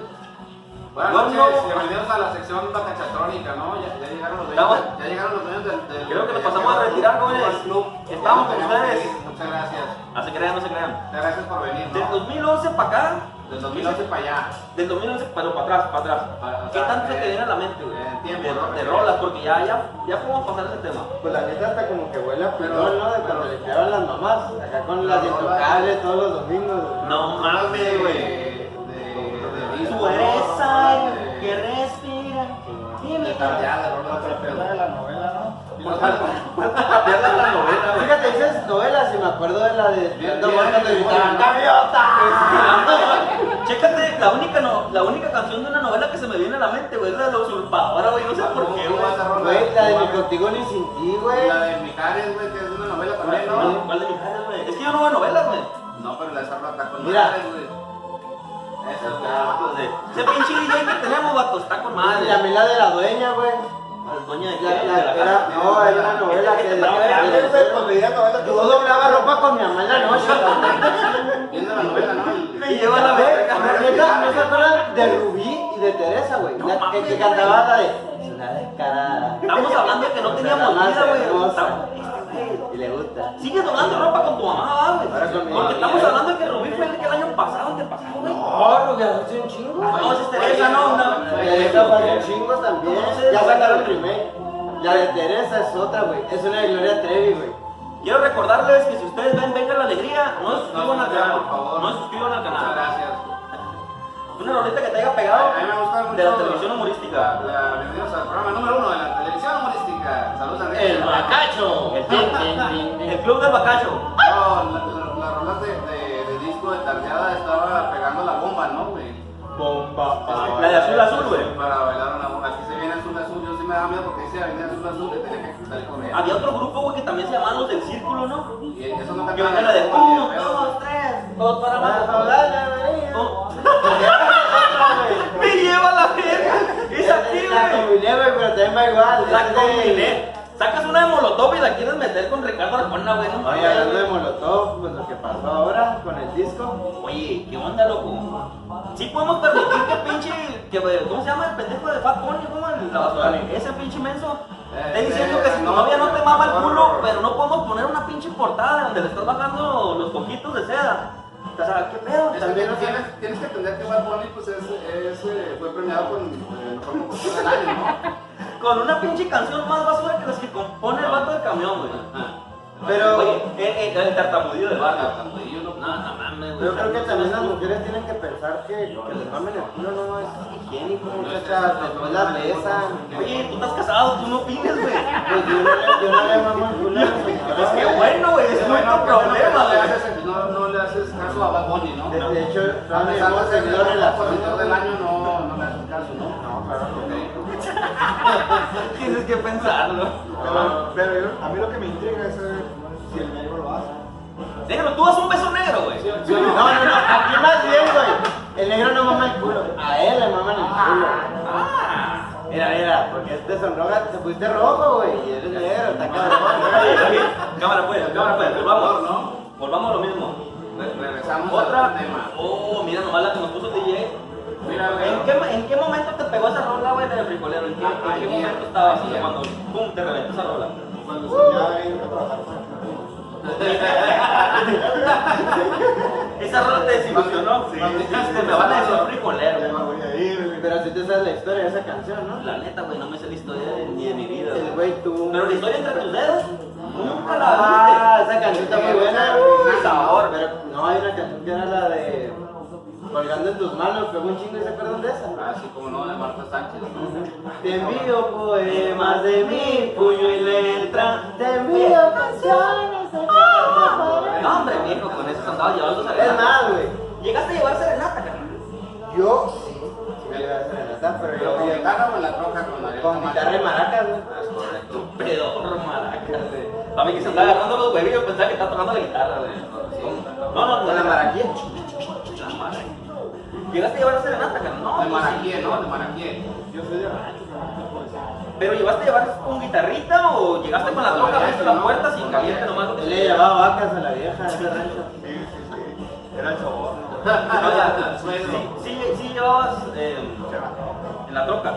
Speaker 3: Buenas
Speaker 2: No,
Speaker 3: noches,
Speaker 2: no.
Speaker 3: bienvenidos a la sección bacachatrónica, ¿no? Ya, ya llegaron los dueños,
Speaker 2: Estamos-
Speaker 3: ya llegaron los dueños del, del-
Speaker 2: Creo que nos
Speaker 3: ya
Speaker 2: pasamos a
Speaker 3: llegaron
Speaker 2: retirar,
Speaker 3: los-
Speaker 2: jóvenes.
Speaker 3: del club.
Speaker 2: Estamos con
Speaker 3: Ya tenemos
Speaker 2: ustedes.
Speaker 3: que ir. Muchas gracias.
Speaker 2: No se crean, no se crean.
Speaker 3: Muchas gracias por venir,
Speaker 2: Del
Speaker 3: ¿no?
Speaker 2: 2011 para acá,
Speaker 3: Del 2011 para allá.
Speaker 2: del 2011 pero para atrás, para atrás.
Speaker 3: Para-
Speaker 2: ¿Qué
Speaker 3: para-
Speaker 2: tanto se
Speaker 3: eh,
Speaker 2: te viene a la mente, güey?
Speaker 3: eh, tiempo,
Speaker 2: de,
Speaker 3: ¿no?
Speaker 2: de rolas, porque ya, ya, ya podemos pasar ese tema.
Speaker 5: Pues la neta hasta como que huele a
Speaker 3: Pero-
Speaker 5: pirón, ¿no? De cuando le pegaban las mamás, acá con las intocables todos los domingos. güey.
Speaker 4: Eh,
Speaker 2: No
Speaker 3: Hablas de-
Speaker 2: mames, güey.
Speaker 3: de- de-
Speaker 2: Tú
Speaker 3: de-
Speaker 2: eres aire
Speaker 3: de-
Speaker 2: que respira.
Speaker 3: de tardeada, ¿no?
Speaker 4: La perla de la novela, ¿no?
Speaker 2: Pierda la novela, (laughs) güey.
Speaker 5: Fíjate, dices novelas y me acuerdo de la de Despierta Muerta te gritaban,
Speaker 2: ¡Gaviota! Chécate, la única, no, la única canción de una novela que se me viene a la mente, güey, es la de la usurpadora, güey, Ah, no sé por qué, güey.
Speaker 5: Güey, la de ni contigo ni sin ti, güey.
Speaker 3: La de Mijares, güey, que es una novela también, ¿no?
Speaker 2: ¿Cuál de mis caras, güey? Es que yo no veo novelas, güey.
Speaker 3: No, pero la zarra está con
Speaker 5: Mira.
Speaker 3: Mijares, güey. Esa es la-
Speaker 2: Vato, de- Ese pinche DJ que tenemos, vato, está con madre.
Speaker 5: Y a mí la de la dueña, güey.
Speaker 2: La doña de
Speaker 5: La,
Speaker 2: qué?
Speaker 5: la-
Speaker 2: De la
Speaker 5: era,
Speaker 2: casa.
Speaker 5: no, era una novela que... Yo doblaba ropa con mi mamá en la (laughs) noche, cabrón.
Speaker 3: Viendo la novela, ¿no? El-
Speaker 2: Me lleva la
Speaker 5: Güey,
Speaker 2: verga.
Speaker 5: la neta, ¿No se acuerdan de Rubí y de Teresa, güey?
Speaker 2: No
Speaker 5: La que,
Speaker 2: mames,
Speaker 5: que cantaba
Speaker 2: güey.
Speaker 5: la de... "Es una descarada.
Speaker 2: Estamos hablando
Speaker 5: (laughs)
Speaker 2: de que no
Speaker 5: Una
Speaker 2: teníamos
Speaker 5: más
Speaker 2: vida, güey.
Speaker 5: hermosa.
Speaker 2: Estamos-
Speaker 5: Y le gusta.
Speaker 2: Sigue doblando ropa con tu mamá, va,
Speaker 5: Ahora con mi
Speaker 2: güey. Porque
Speaker 5: novia,
Speaker 2: estamos
Speaker 5: eh.
Speaker 2: hablando de que Rubí fue el que el año pasado te pasó, güey. Ah,
Speaker 5: No, pues ya hace un chingo.
Speaker 2: No, si Teresa no, no.
Speaker 5: La de Esta falta un chingo también. Ya sacaron el remake. La de Teresa es otra, güey. Es una de Gloria Trevi, güey.
Speaker 2: Quiero recordarles que si ustedes ven Venga la Alegría, no se
Speaker 3: No
Speaker 2: suscriban al
Speaker 3: suscriban,
Speaker 2: canal.
Speaker 3: por favor.
Speaker 2: No se suscriban al
Speaker 3: Muchas
Speaker 2: canal.
Speaker 3: gracias.
Speaker 2: Una roleta que te haya pegado
Speaker 3: A mí me gusta mucho Ah.
Speaker 2: de la televisión humorística.
Speaker 3: La, la- bienvenidos al programa número uno de la televisión humorística. Saludos a Enrique.
Speaker 5: El macacho.
Speaker 2: El club del bacacho.
Speaker 3: No, la, la, la rola de, de, de disco de tardeada estaba pegando la bomba, ¿no, güey?
Speaker 4: Bomba.
Speaker 3: Ah.
Speaker 4: pa-
Speaker 2: La de azul azul, güey.
Speaker 3: Para bailar una bomba. Aquí se viene azul azul. Yo sí me da miedo porque dice avenida azul azul que tenía que salir corriendo.
Speaker 2: Había otro grupo, güey, que también se llamaban los del círculo, ¿no?
Speaker 3: Y eso no me
Speaker 2: Que venía la de uno, dos, tres, dos para abajo. Oh.
Speaker 5: Ah,
Speaker 2: Me lleva la verga. Es aquí,
Speaker 5: La
Speaker 2: güey.
Speaker 5: combiné, güey, pero también va igual.
Speaker 2: La
Speaker 5: Es de-
Speaker 2: combiné. Sacas una de Molotov y la quieres meter con Ricardo Arjona, güey. no
Speaker 5: Oye,
Speaker 2: mames.
Speaker 5: hablando de Molotov, pues lo que pasó ahora con el disco.
Speaker 2: Oye, ¿qué onda, loco? Sí podemos permitir que pinche, que, ¿cómo se llama el pendejo de Fat Bunny? ¿Cómo el, la- ese pinche menso? Te
Speaker 3: Eh,
Speaker 2: diciendo que si tu
Speaker 3: no,
Speaker 2: novia no te mama el
Speaker 3: no,
Speaker 2: culo,
Speaker 3: no.
Speaker 2: pero no podemos poner una pinche portada donde le estás bajando los coquitos de seda. O sea, ¿qué pedo?
Speaker 3: Es que
Speaker 2: También
Speaker 3: no
Speaker 2: no tiene-
Speaker 3: tienes, tienes que entender que Bad Bunny pues, es, es, eh, fue premiado con eh, mejor composición del año, ¿no?
Speaker 2: Con una pinche canción más basura que las que compone el vato del camión, güey. Ah.
Speaker 5: Pero-
Speaker 2: Oye, eh, el, el, el tartamudillo de barca.
Speaker 3: Tartamudillo,
Speaker 2: No,
Speaker 3: no,
Speaker 2: no mames, güey.
Speaker 5: Yo creo que también las mujeres tienen que pensar que que les mamen el culo no es higiénico, muchachas, después las besan.
Speaker 2: Oye, tú estás casado, tú no opines, güey.
Speaker 5: Pues yo no le- yo no le mamo el culo a las
Speaker 2: Es
Speaker 5: señoras,
Speaker 2: que
Speaker 5: güey.
Speaker 2: bueno, güey, es
Speaker 3: Bueno,
Speaker 2: nuestro
Speaker 3: pero no le
Speaker 2: problema, güey.
Speaker 3: haces- No, no le haces caso a Bad Bunny, ¿no?
Speaker 5: De- De hecho,
Speaker 3: A
Speaker 5: Ronnie
Speaker 3: pesar de
Speaker 5: hemos
Speaker 3: ser
Speaker 5: tenido
Speaker 3: el mejor
Speaker 5: relaciones.
Speaker 3: compositor del año, no, no le haces caso, ¿no?
Speaker 5: No, claro que no.
Speaker 2: Tienes que pensarlo.
Speaker 4: Pero, pero yo- a mí lo que me intriga es saber si el negro lo hace.
Speaker 2: Negro, tú haz un beso negro, güey.
Speaker 5: No, no, no, aquí más bien, güey. El negro no mama el culo, a él le maman el culo.
Speaker 3: Ah.
Speaker 2: Ah.
Speaker 5: Mira, mira, porque este sonroja, te fuiste rojo, güey, y eres negro,
Speaker 3: (laughs)
Speaker 5: está
Speaker 2: Oye,
Speaker 5: cabrón.
Speaker 2: oye, Cámara pues, cámara pues, volvamos, ¿no? Volvamos a lo mismo.
Speaker 3: Re- Regresamos
Speaker 2: Otra.
Speaker 3: al tema.
Speaker 2: Oh, mira nomás la que nos puso el DJ.
Speaker 3: Mira,
Speaker 2: ¿En
Speaker 3: güey.
Speaker 2: qué, ¿En qué momento te pegó esa rola, güey, del frijolero? ¿En qué, en qué momento estabas? O sea, cuando pum, te reventó esa rola.
Speaker 4: Cuando se ya iba a trabajar con el negro.
Speaker 2: Esa rola te desilusionó.
Speaker 4: Sí,
Speaker 2: Cuando
Speaker 4: sí,
Speaker 2: dijiste,
Speaker 4: sí,
Speaker 2: me van a
Speaker 4: sí.
Speaker 2: decir frijolero.
Speaker 4: Ya me voy a ir. güey.
Speaker 5: Pero si te sabes la historia de esa canción, ¿no?
Speaker 2: La neta, güey, no me sé la historia de- ni de mi vida.
Speaker 5: El
Speaker 2: güey.
Speaker 5: güey tuvo
Speaker 2: Pero la historia entre tus dedos, nunca la
Speaker 5: Ah, esa canción está muy buena.
Speaker 2: viste. Sabor.
Speaker 5: Pero no, hay una canción que era la de Colgando en tus manos, pegó un chingo y se acuerdan de esa.
Speaker 3: Así como no, de Marta Sánchez. ¿no?
Speaker 5: Te envío poemas de mi puño y letra. Te envío canciones de amor.
Speaker 2: No, hombre, viejo, con eso andaba llevando
Speaker 5: Es
Speaker 2: serenata.
Speaker 5: más, güey.
Speaker 2: Llegaste a llevar serenata, carnal.
Speaker 5: Yo sí. Me iba a serenata, pero
Speaker 3: Pero
Speaker 5: yo
Speaker 3: con
Speaker 5: fui acá
Speaker 3: guitarra o en la troca con la
Speaker 5: con guitarra y maracas, güey.
Speaker 2: Tu pedorro, maraca, güey. A mí que se andaba agarrando los huevillos, pensaba que estaba tocando la guitarra, güey. No, no,
Speaker 5: Con la maraquilla.
Speaker 2: La maraca. Llegaste a llevar serenata, carnal. No, yo
Speaker 3: De
Speaker 2: sí.
Speaker 3: Maraquié, ¿no? De (laughs) Maraquié.
Speaker 4: Yo soy de rancho, pero no te puedo decir.
Speaker 2: Pero llevaste a llevar con guitarrita o llegaste con la troca, abriste la puerta sin caliente nomás.
Speaker 5: Él le llevaba vacas a la vieja de ese rancho.
Speaker 4: Sí, sí, sí. Era el sabor, ¿no?
Speaker 2: Sí, sí, sí llevabas eh, en la troca.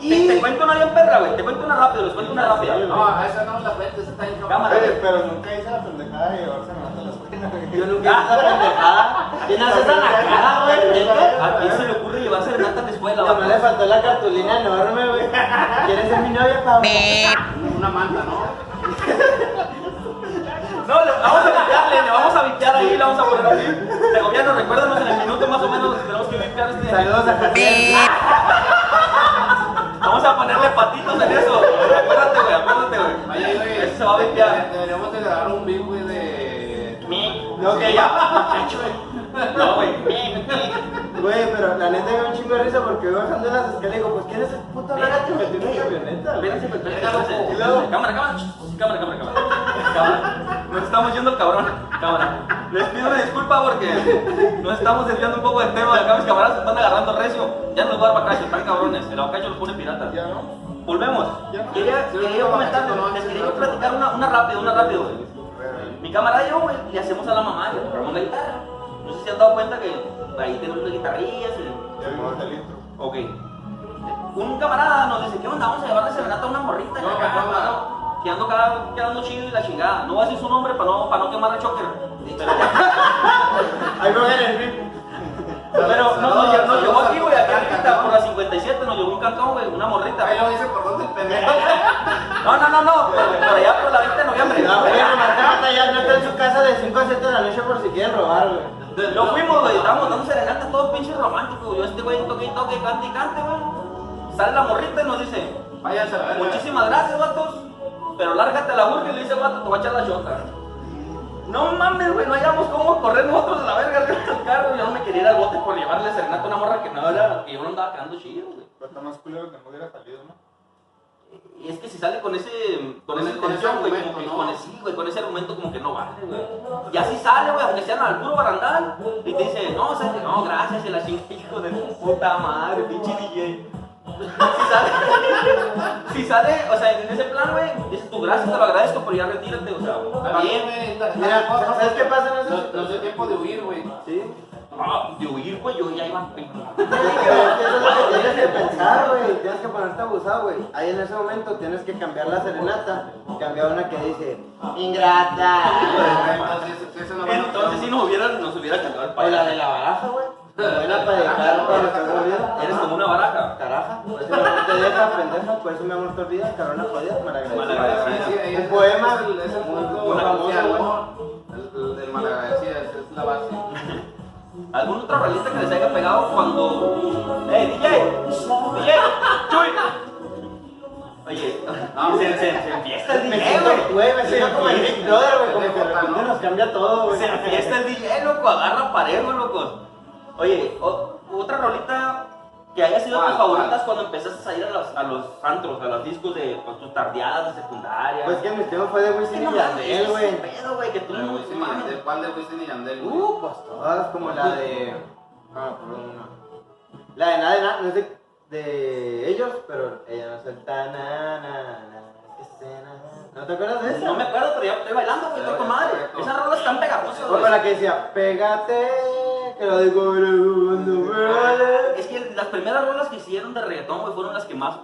Speaker 2: Te, te cuento una bien perra, güey. Te cuento una rápido, les cuento una rápida.
Speaker 3: No, a esa no la frente, esa está en
Speaker 2: Cámara.
Speaker 4: Oye, pero nunca hice la pendejada de llevarse a la escuela. güey.
Speaker 5: Yo nunca hice esa pendejada. ¿Quién hace esa nacada, güey? ¿Neta?
Speaker 2: ¿A quién se le ocurre llevar serenata a la escuela,
Speaker 5: No me le
Speaker 2: güey?
Speaker 5: faltó la cartulina enorme, güey. ¿Quieres ser mi novia, Pablo?
Speaker 3: Una manta, ¿no?
Speaker 2: No, le vamos a limpiarle, le vamos a limpiar ahí, le vamos a poner así. Te gobierno, recuérdanos en el minuto más o menos donde tenemos que limpiar este.
Speaker 5: Saludos a Javier.
Speaker 2: Vamos a ponerle patitos en eso. Acuérdate, güey, acuérdate, (laughs)
Speaker 3: Oye,
Speaker 2: güey.
Speaker 3: güey,
Speaker 2: Eso se va a limpiar.
Speaker 3: Deberíamos de grabar un beat, güey, de...
Speaker 2: Mi.
Speaker 5: No, que
Speaker 3: (laughs)
Speaker 2: ya. No, güey. Mi, mi.
Speaker 5: Güey, pero la neta me da un chingo de risa porque voy bajando las escaleras y digo, pues ¿quién es el puto verga que metió en mi camioneta? güey?
Speaker 2: Espérense, espérense,
Speaker 5: Y luego-
Speaker 2: espérense. Cámara, cámara. Shh, Cámara, cámara, cámara. Cámara. Nos estamos yendo al cabrón. Cámara. Les pido una disculpa porque nos estamos desviando un poco del tema. Acá mis camaradas se están agarrando recio. Ya no los va a dar bacacho, están cabrones. El bacacho lo pone pirata.
Speaker 4: Ya no.
Speaker 2: Volvemos.
Speaker 4: Ya no.
Speaker 2: Quería,
Speaker 3: Sí,
Speaker 2: quería
Speaker 3: no,
Speaker 2: comentar,
Speaker 3: no, no,
Speaker 2: les quería
Speaker 3: no, no.
Speaker 2: platicar una, una rápido, una rápido. güey. Mi camarada y yo, güey, le hacemos a la mamá, le compramos la guitarra. No sé si han dado cuenta que ahí tenemos las guitarrillas y
Speaker 4: Ya vimos el intro.
Speaker 2: Ok. Un camarada nos dice, ¿qué onda? Vamos a llevarle serenata a una morrita.
Speaker 3: No,
Speaker 2: que acá,
Speaker 3: no, no.
Speaker 2: que ando cada- quedando chido y la chingada. No voy a decir su nombre para no, para no quemar el choker. Pero,
Speaker 5: Ahí voy en el VIP.
Speaker 2: pero
Speaker 3: Saludos
Speaker 5: pendejo.
Speaker 2: No, no, no, no. Por, por allá por la 20 de noviembre.
Speaker 5: La voy a matar, ya no está en su casa de 5 a 7 de la noche por si quieren robar, güey.
Speaker 2: No fuimos, güey, estábamos dando serenatas todos pinches románticos. Yo este güey toque y toque, cante y cante, güey. Sale la morrita y nos dice,
Speaker 3: Váyanse a la verga.
Speaker 2: muchísimas gracias, vatos, pero lárgate a la burga y le dice, vato, te voy a echar la chota. No mames, güey, no hayamos cómo correr nosotros a la verga (laughs) arriba del carro. Yo no me quería ir al bote por llevarle serenata a una morra que no era, que yo no andaba quedando chido, güey.
Speaker 4: Pero está más culero que no hubiera salido, ¿no?
Speaker 2: Y es que si sale con ese, con
Speaker 3: Con
Speaker 2: ese,
Speaker 3: ese-
Speaker 2: con
Speaker 3: con ese
Speaker 2: ese, güey, como
Speaker 3: argumento,
Speaker 2: que,
Speaker 3: ¿no?
Speaker 2: con ese, sí, güey, con ese argumento como que no vale, güey. Y así sale, güey, aunque sean al puro barandal, y te dice, no, o sea, que no, gracias, y la chinga, (laughs) hijo de tu puta madre, pinche DJ. Si sale, (laughs) si sale, o sea, en ese plan, güey, dices tú, gracias, te lo agradezco, pero ya retírate, o sea,
Speaker 3: También,
Speaker 2: también.
Speaker 3: güey, la-
Speaker 5: Mira,
Speaker 3: la cosa-
Speaker 5: ¿sabes qué pasa en
Speaker 3: ah, No,
Speaker 5: eso?
Speaker 3: no es tiempo de huir, güey.
Speaker 5: Sí.
Speaker 2: Ah, de huir, güey, yo ya iba.
Speaker 5: Pero es que eso es lo que tienes que pensar, güey. Tienes que ponerte abusado, güey. Ahí en ese momento tienes que cambiar la serenata. Cambiar una que dice, ingrata.
Speaker 3: Entonces, si eso no va a-
Speaker 2: Entonces, si nos hubiera, nos hubiera cagado el
Speaker 5: O la de
Speaker 2: payaso.
Speaker 5: la baraja, güey. Buena para dedicar para los que no vieron.
Speaker 2: Eres como una baraja.
Speaker 5: Caraja, por eso mi amor te deja, pendeja, por eso mi amor te olvida, carona jodida, malagradecida.
Speaker 2: Malagradecida.
Speaker 3: Sí, ahí
Speaker 5: Un
Speaker 3: es-
Speaker 5: poema,
Speaker 3: es el- es el
Speaker 5: un-
Speaker 3: punto crucial,
Speaker 5: una canción.
Speaker 3: ¿no? El- el- el malagradecido, es- es la base.
Speaker 2: ¿Algún otro realista que les haya pegado cuando. ¡Eh, ¡Ey, DJ! ¡DJ! ¡Chuy! Oye, no, se, se, se enfiesta el
Speaker 5: Me
Speaker 2: DJ,
Speaker 5: siento,
Speaker 2: güey.
Speaker 5: güey, me siento como el Big Brother, güey, como que de
Speaker 3: Pendejo,
Speaker 5: repente
Speaker 3: ¿no?
Speaker 5: nos cambia todo, güey.
Speaker 2: Se enfiesta el DJ, loco. Agarra parejo, locos. Oye, o- otra rolita que haya sido tus
Speaker 3: ¿Cuál, cuál?
Speaker 2: favoritas cuando empezaste a ir a los, a los antros, a los discos de pues, tus tardeadas de secundaria.
Speaker 5: Pues que mi tema fue de
Speaker 2: Es que
Speaker 5: Wisin
Speaker 2: no
Speaker 5: y
Speaker 2: mames,
Speaker 5: Yandel,
Speaker 2: ese
Speaker 5: güey.
Speaker 2: pedo, güey, que tú
Speaker 3: La de
Speaker 2: no
Speaker 3: Wisin y
Speaker 2: mames.
Speaker 3: Yandel, ¿Cuál de Wisin y Yandel, güey?
Speaker 5: Uh, pues todas, como la de... Ah, por una. La de nada de nada, no es de, de ellos, pero ella no suelta na, na, na, este, na. ¿No te acuerdas de esa?
Speaker 2: No me acuerdo, pero ya estoy bailando, güey, estoy con madre. Esas rolas están pegajosas,
Speaker 5: O
Speaker 2: güey.
Speaker 5: con la que decía, pégate, que lo digo, cuando
Speaker 2: (laughs)
Speaker 5: me vale.
Speaker 2: Es que las primeras rolas que hicieron de reggaetón, güey, fueron las que más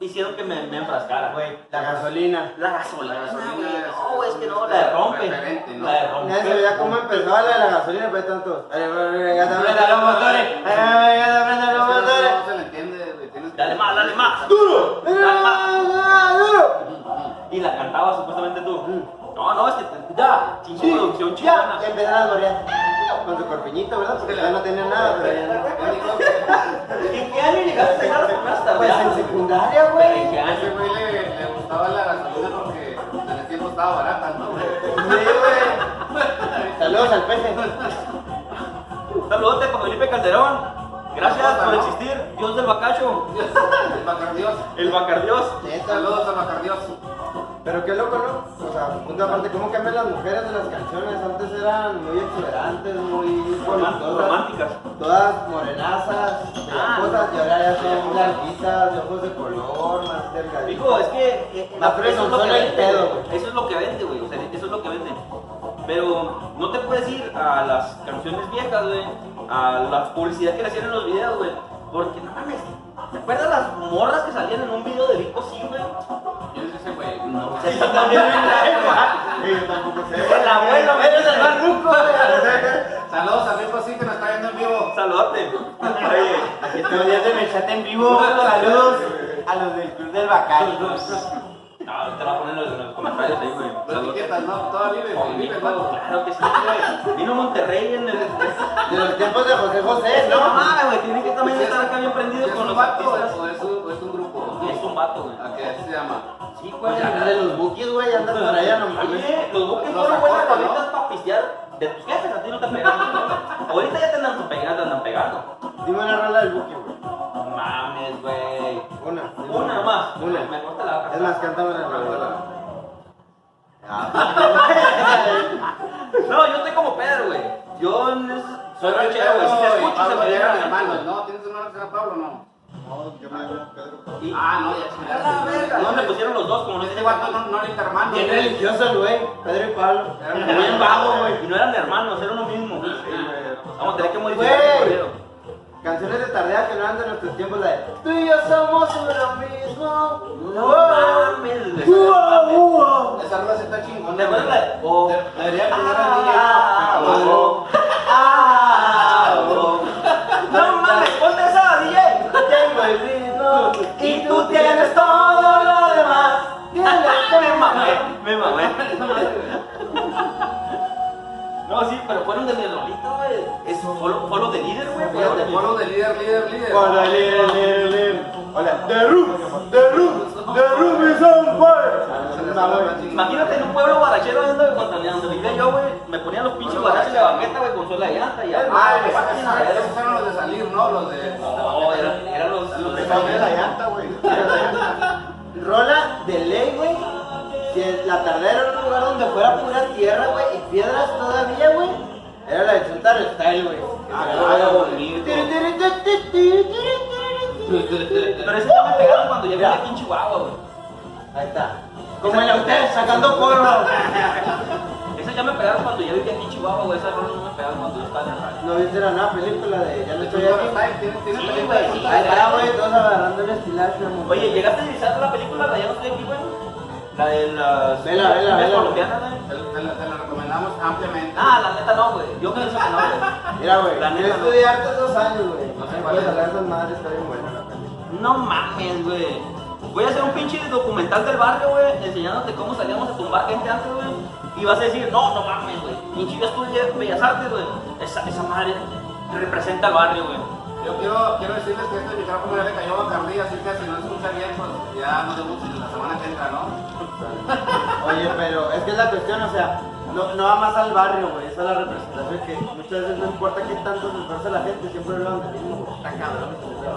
Speaker 2: hicieron que me, me enfrascara, güey.
Speaker 5: Güey, la gasolina.
Speaker 2: La gasolina,
Speaker 3: La gasolina
Speaker 2: güey.
Speaker 3: es-
Speaker 2: No, güey, es que no,
Speaker 3: es
Speaker 2: la de rompe.
Speaker 3: referente, ¿no?
Speaker 2: La de rompe.
Speaker 5: Nadie sabía cómo empezaba la de la gasolina, pero tanto. Ay, venga, te aprendan los motores. Ay, venga, te aprendan
Speaker 3: Es que
Speaker 5: los
Speaker 3: no-
Speaker 5: motores.
Speaker 3: no se le entiende, güey, tienes que-
Speaker 2: Dale más, dale más.
Speaker 5: ¡Duro!
Speaker 2: Dale más.
Speaker 5: ¡Ah, duro!
Speaker 2: Y la cantaba supuestamente tú. No, no, es que te- ya, sin producción
Speaker 5: Ya,
Speaker 2: chingona.
Speaker 5: ya empezaron a morir. Con su corpiñito, ¿verdad? Porque ya no tenía nada, pero ya no.
Speaker 3: Yo digo que
Speaker 2: ¿En qué año llegaste a pegar las primeras
Speaker 5: Pues en
Speaker 2: tardeadas?
Speaker 5: secundaria, güey.
Speaker 2: ¿En qué
Speaker 3: a ese
Speaker 2: año?
Speaker 3: güey le- le gustaba la gasolina porque en el tiempo estaba barata, ¿no, güey?
Speaker 5: Sí, güey. Saludos al peje.
Speaker 2: Saludote con Felipe Calderón. Gracias por existir, Dios del Bacacho,
Speaker 3: El Bacardiós.
Speaker 2: el Bacardios.
Speaker 5: Neta,
Speaker 3: Saludos al Bacardiós.
Speaker 5: Pero qué loco, ¿no? O sea, punto aparte, ¿cómo cambian las mujeres de las canciones? Antes eran muy exuberantes, muy
Speaker 2: Román- Románticas. Ah.
Speaker 5: Todas morenazas, cosas, y ahora ya son blanquitas, de ojos de color, más delgaditas.
Speaker 2: Dijo, es que. eh,
Speaker 5: La fresa, solo el pedo, güey.
Speaker 2: Eso es lo que vende, güey. O sea, eso es lo que vende. Pero no te puedes ir a las canciones viejas, güey. A la publicidad que le hacían en los videos, güey. Porque no mames. ¿Te acuerdas las morras que salían en un video de Vico sí, güey?
Speaker 3: ¿Quién es ese güey?
Speaker 2: O sea, eso también es la
Speaker 4: Sí, yo tampoco sé.
Speaker 2: El abuelo, güey, eres el más ruco, güey.
Speaker 3: Saludos a Rico sí que nos está viendo en vivo.
Speaker 2: Saludote. Oye.
Speaker 5: Aquí todos los días en el chat en vivo. Saludos a los del Club del Bacacho.
Speaker 2: No, te la ponen en los, en los comentarios ahí, güey.
Speaker 3: Los
Speaker 2: Saludote.
Speaker 3: etiquetas, ¿no? Todavía vive, güey, vive, ¿no?
Speaker 2: Claro que sí, güey. Vino Monterrey en el.
Speaker 5: De los tiempos de José José,
Speaker 2: No
Speaker 5: ¿no?
Speaker 2: mames, güey, tienen que también estar acá bien prendidos
Speaker 3: ¿Es
Speaker 2: con
Speaker 3: un
Speaker 2: los
Speaker 3: vato
Speaker 2: artistas.
Speaker 3: o es un- o es un grupo?
Speaker 2: Es un vato, güey.
Speaker 3: ¿A qué se llama?
Speaker 2: Sí, güey.
Speaker 5: Pues el de los buquis, güey, andas por allá, no mames.
Speaker 2: Oye, los buques
Speaker 3: Los
Speaker 2: fueron buenas
Speaker 3: acosta, ¿no?
Speaker 2: roletas para pistear de tus jefes, a ti no te pegaron. güey. Ahorita ya te andan pegando, te andan pegando.
Speaker 5: Dime una rola del buque, güey.
Speaker 2: No mames, güey.
Speaker 5: Una. dime
Speaker 2: Una nomás. Me
Speaker 5: Una.
Speaker 2: corta la
Speaker 5: Es
Speaker 2: otra.
Speaker 5: más, cántame una rola.
Speaker 2: No, yo estoy como Pedro, güey. Yo en es- soy ranchero, güey. Si te escucho, se me
Speaker 3: Pablo
Speaker 2: viene
Speaker 3: era
Speaker 2: la
Speaker 3: de hermanos,
Speaker 2: mano.
Speaker 3: ¿no? ¿Tienes hermano que se llama Pablo o no?
Speaker 4: No, yo me llamo Pedro.
Speaker 2: Y
Speaker 3: Ah, no, ya chingaste.
Speaker 2: a la verga. No me pusieron los dos, como no
Speaker 3: Este
Speaker 2: dije,
Speaker 3: vato no, no era hermano.
Speaker 5: Bien
Speaker 3: güey.
Speaker 5: religioso el güey, Pedro y Pablo.
Speaker 2: Bien vago, güey. Y no eran hermanos, eran lo mismo. Vamos a tener que modificar el
Speaker 5: Güey.
Speaker 2: corrido.
Speaker 5: (laughs) Canciones de tardea que no eran de nuestros tiempos, la de Tú y yo somos uno mismo.
Speaker 2: No mames.
Speaker 5: Ua, ua.
Speaker 3: Esa rola sí está chingona.
Speaker 2: ¿Te acuerdas la de-
Speaker 3: güey.
Speaker 2: Oh.
Speaker 3: Te- Debería poner a DJ.
Speaker 2: Ah, oh. Ah, oh. No mames, ponte esa, DJ.
Speaker 5: Tengo el ritmo
Speaker 2: Y tú tienes todo lo (laughs) follow, follow de líder, güey.
Speaker 3: Fíjate,
Speaker 2: follow
Speaker 3: follow de líder, líder, líder. Ah,
Speaker 4: Hola, líder, líder, líder. Hola, the roof, the roof, the roof is on fire.
Speaker 2: de- Imagínate en un pueblo guarachero yendo de contaminando. Vivía yo, güey. Me ponían los pinches guaraches de banqueta, güey, con suela de llanta y
Speaker 3: Ah,
Speaker 2: güey,
Speaker 3: esos-
Speaker 2: página de
Speaker 3: esos eran los de salir, ¿no? Los de.
Speaker 2: No, eran eran los. los de-
Speaker 4: Se cambió la llanta, güey.
Speaker 5: Rola de ley, güey. Que la tardera era un lugar donde fuera pura tierra, güey, y piedras todavía, güey. Era la de Chutar Style, güey.
Speaker 2: Ah, era bonito. Pero ese ya me pegaron cuando llegué
Speaker 5: Ya.
Speaker 2: aquí en Chihuahua, güey.
Speaker 5: Ahí está. Como en ustedes sacando porno.
Speaker 2: Ese ya me pegaron cuando yo vivía aquí en Chihuahua, güey. Esa rola no me pegaron cuando yo estaba en el radio.
Speaker 5: ¿No viste la nueva película de Ya no estoy aquí?
Speaker 2: Sí,
Speaker 3: Tiene
Speaker 2: güey, sí.
Speaker 5: Ahí está, güey, todos agarrando el estilazo, amor.
Speaker 2: Oye, ¿llegaste a revisar la película? La ya no estoy aquí, güey. La de las.
Speaker 5: Vela, vela,
Speaker 2: las
Speaker 5: vela.
Speaker 2: colombianas, güey.
Speaker 3: Te lo- te lo te lo recomendamos ampliamente.
Speaker 2: Ah, la neta no, güey. Yo pienso que no, güey.
Speaker 5: Mira, güey,
Speaker 2: La
Speaker 5: yo
Speaker 2: neta, no.
Speaker 5: estudié hartos dos años, güey. No
Speaker 3: sé
Speaker 5: sé
Speaker 3: cuál es.
Speaker 5: puedes hablar de madre, está bien buena la película.
Speaker 2: No mames, güey. Voy a hacer un pinche documental del barrio, güey, enseñándote cómo salíamos a tumbar gente antes, güey. Y vas a decir, no, no mames, güey. Pinche yo estudié Bellas Artes, güey. Esa, esa madre representa al barrio, güey.
Speaker 3: Yo quiero, quiero decirles que este micrófono ya le cayó a Carly, así que si no escucha bien, pues ya nos vemos en la semana que entra, ¿no?
Speaker 5: Oye, pero es que es la cuestión, o sea, no, no va más al barrio, güey. Esa es la representación que muchas veces no importa qué tanto se esfuerza la gente, siempre hablan del mismo, güey. Está cabrón, güey.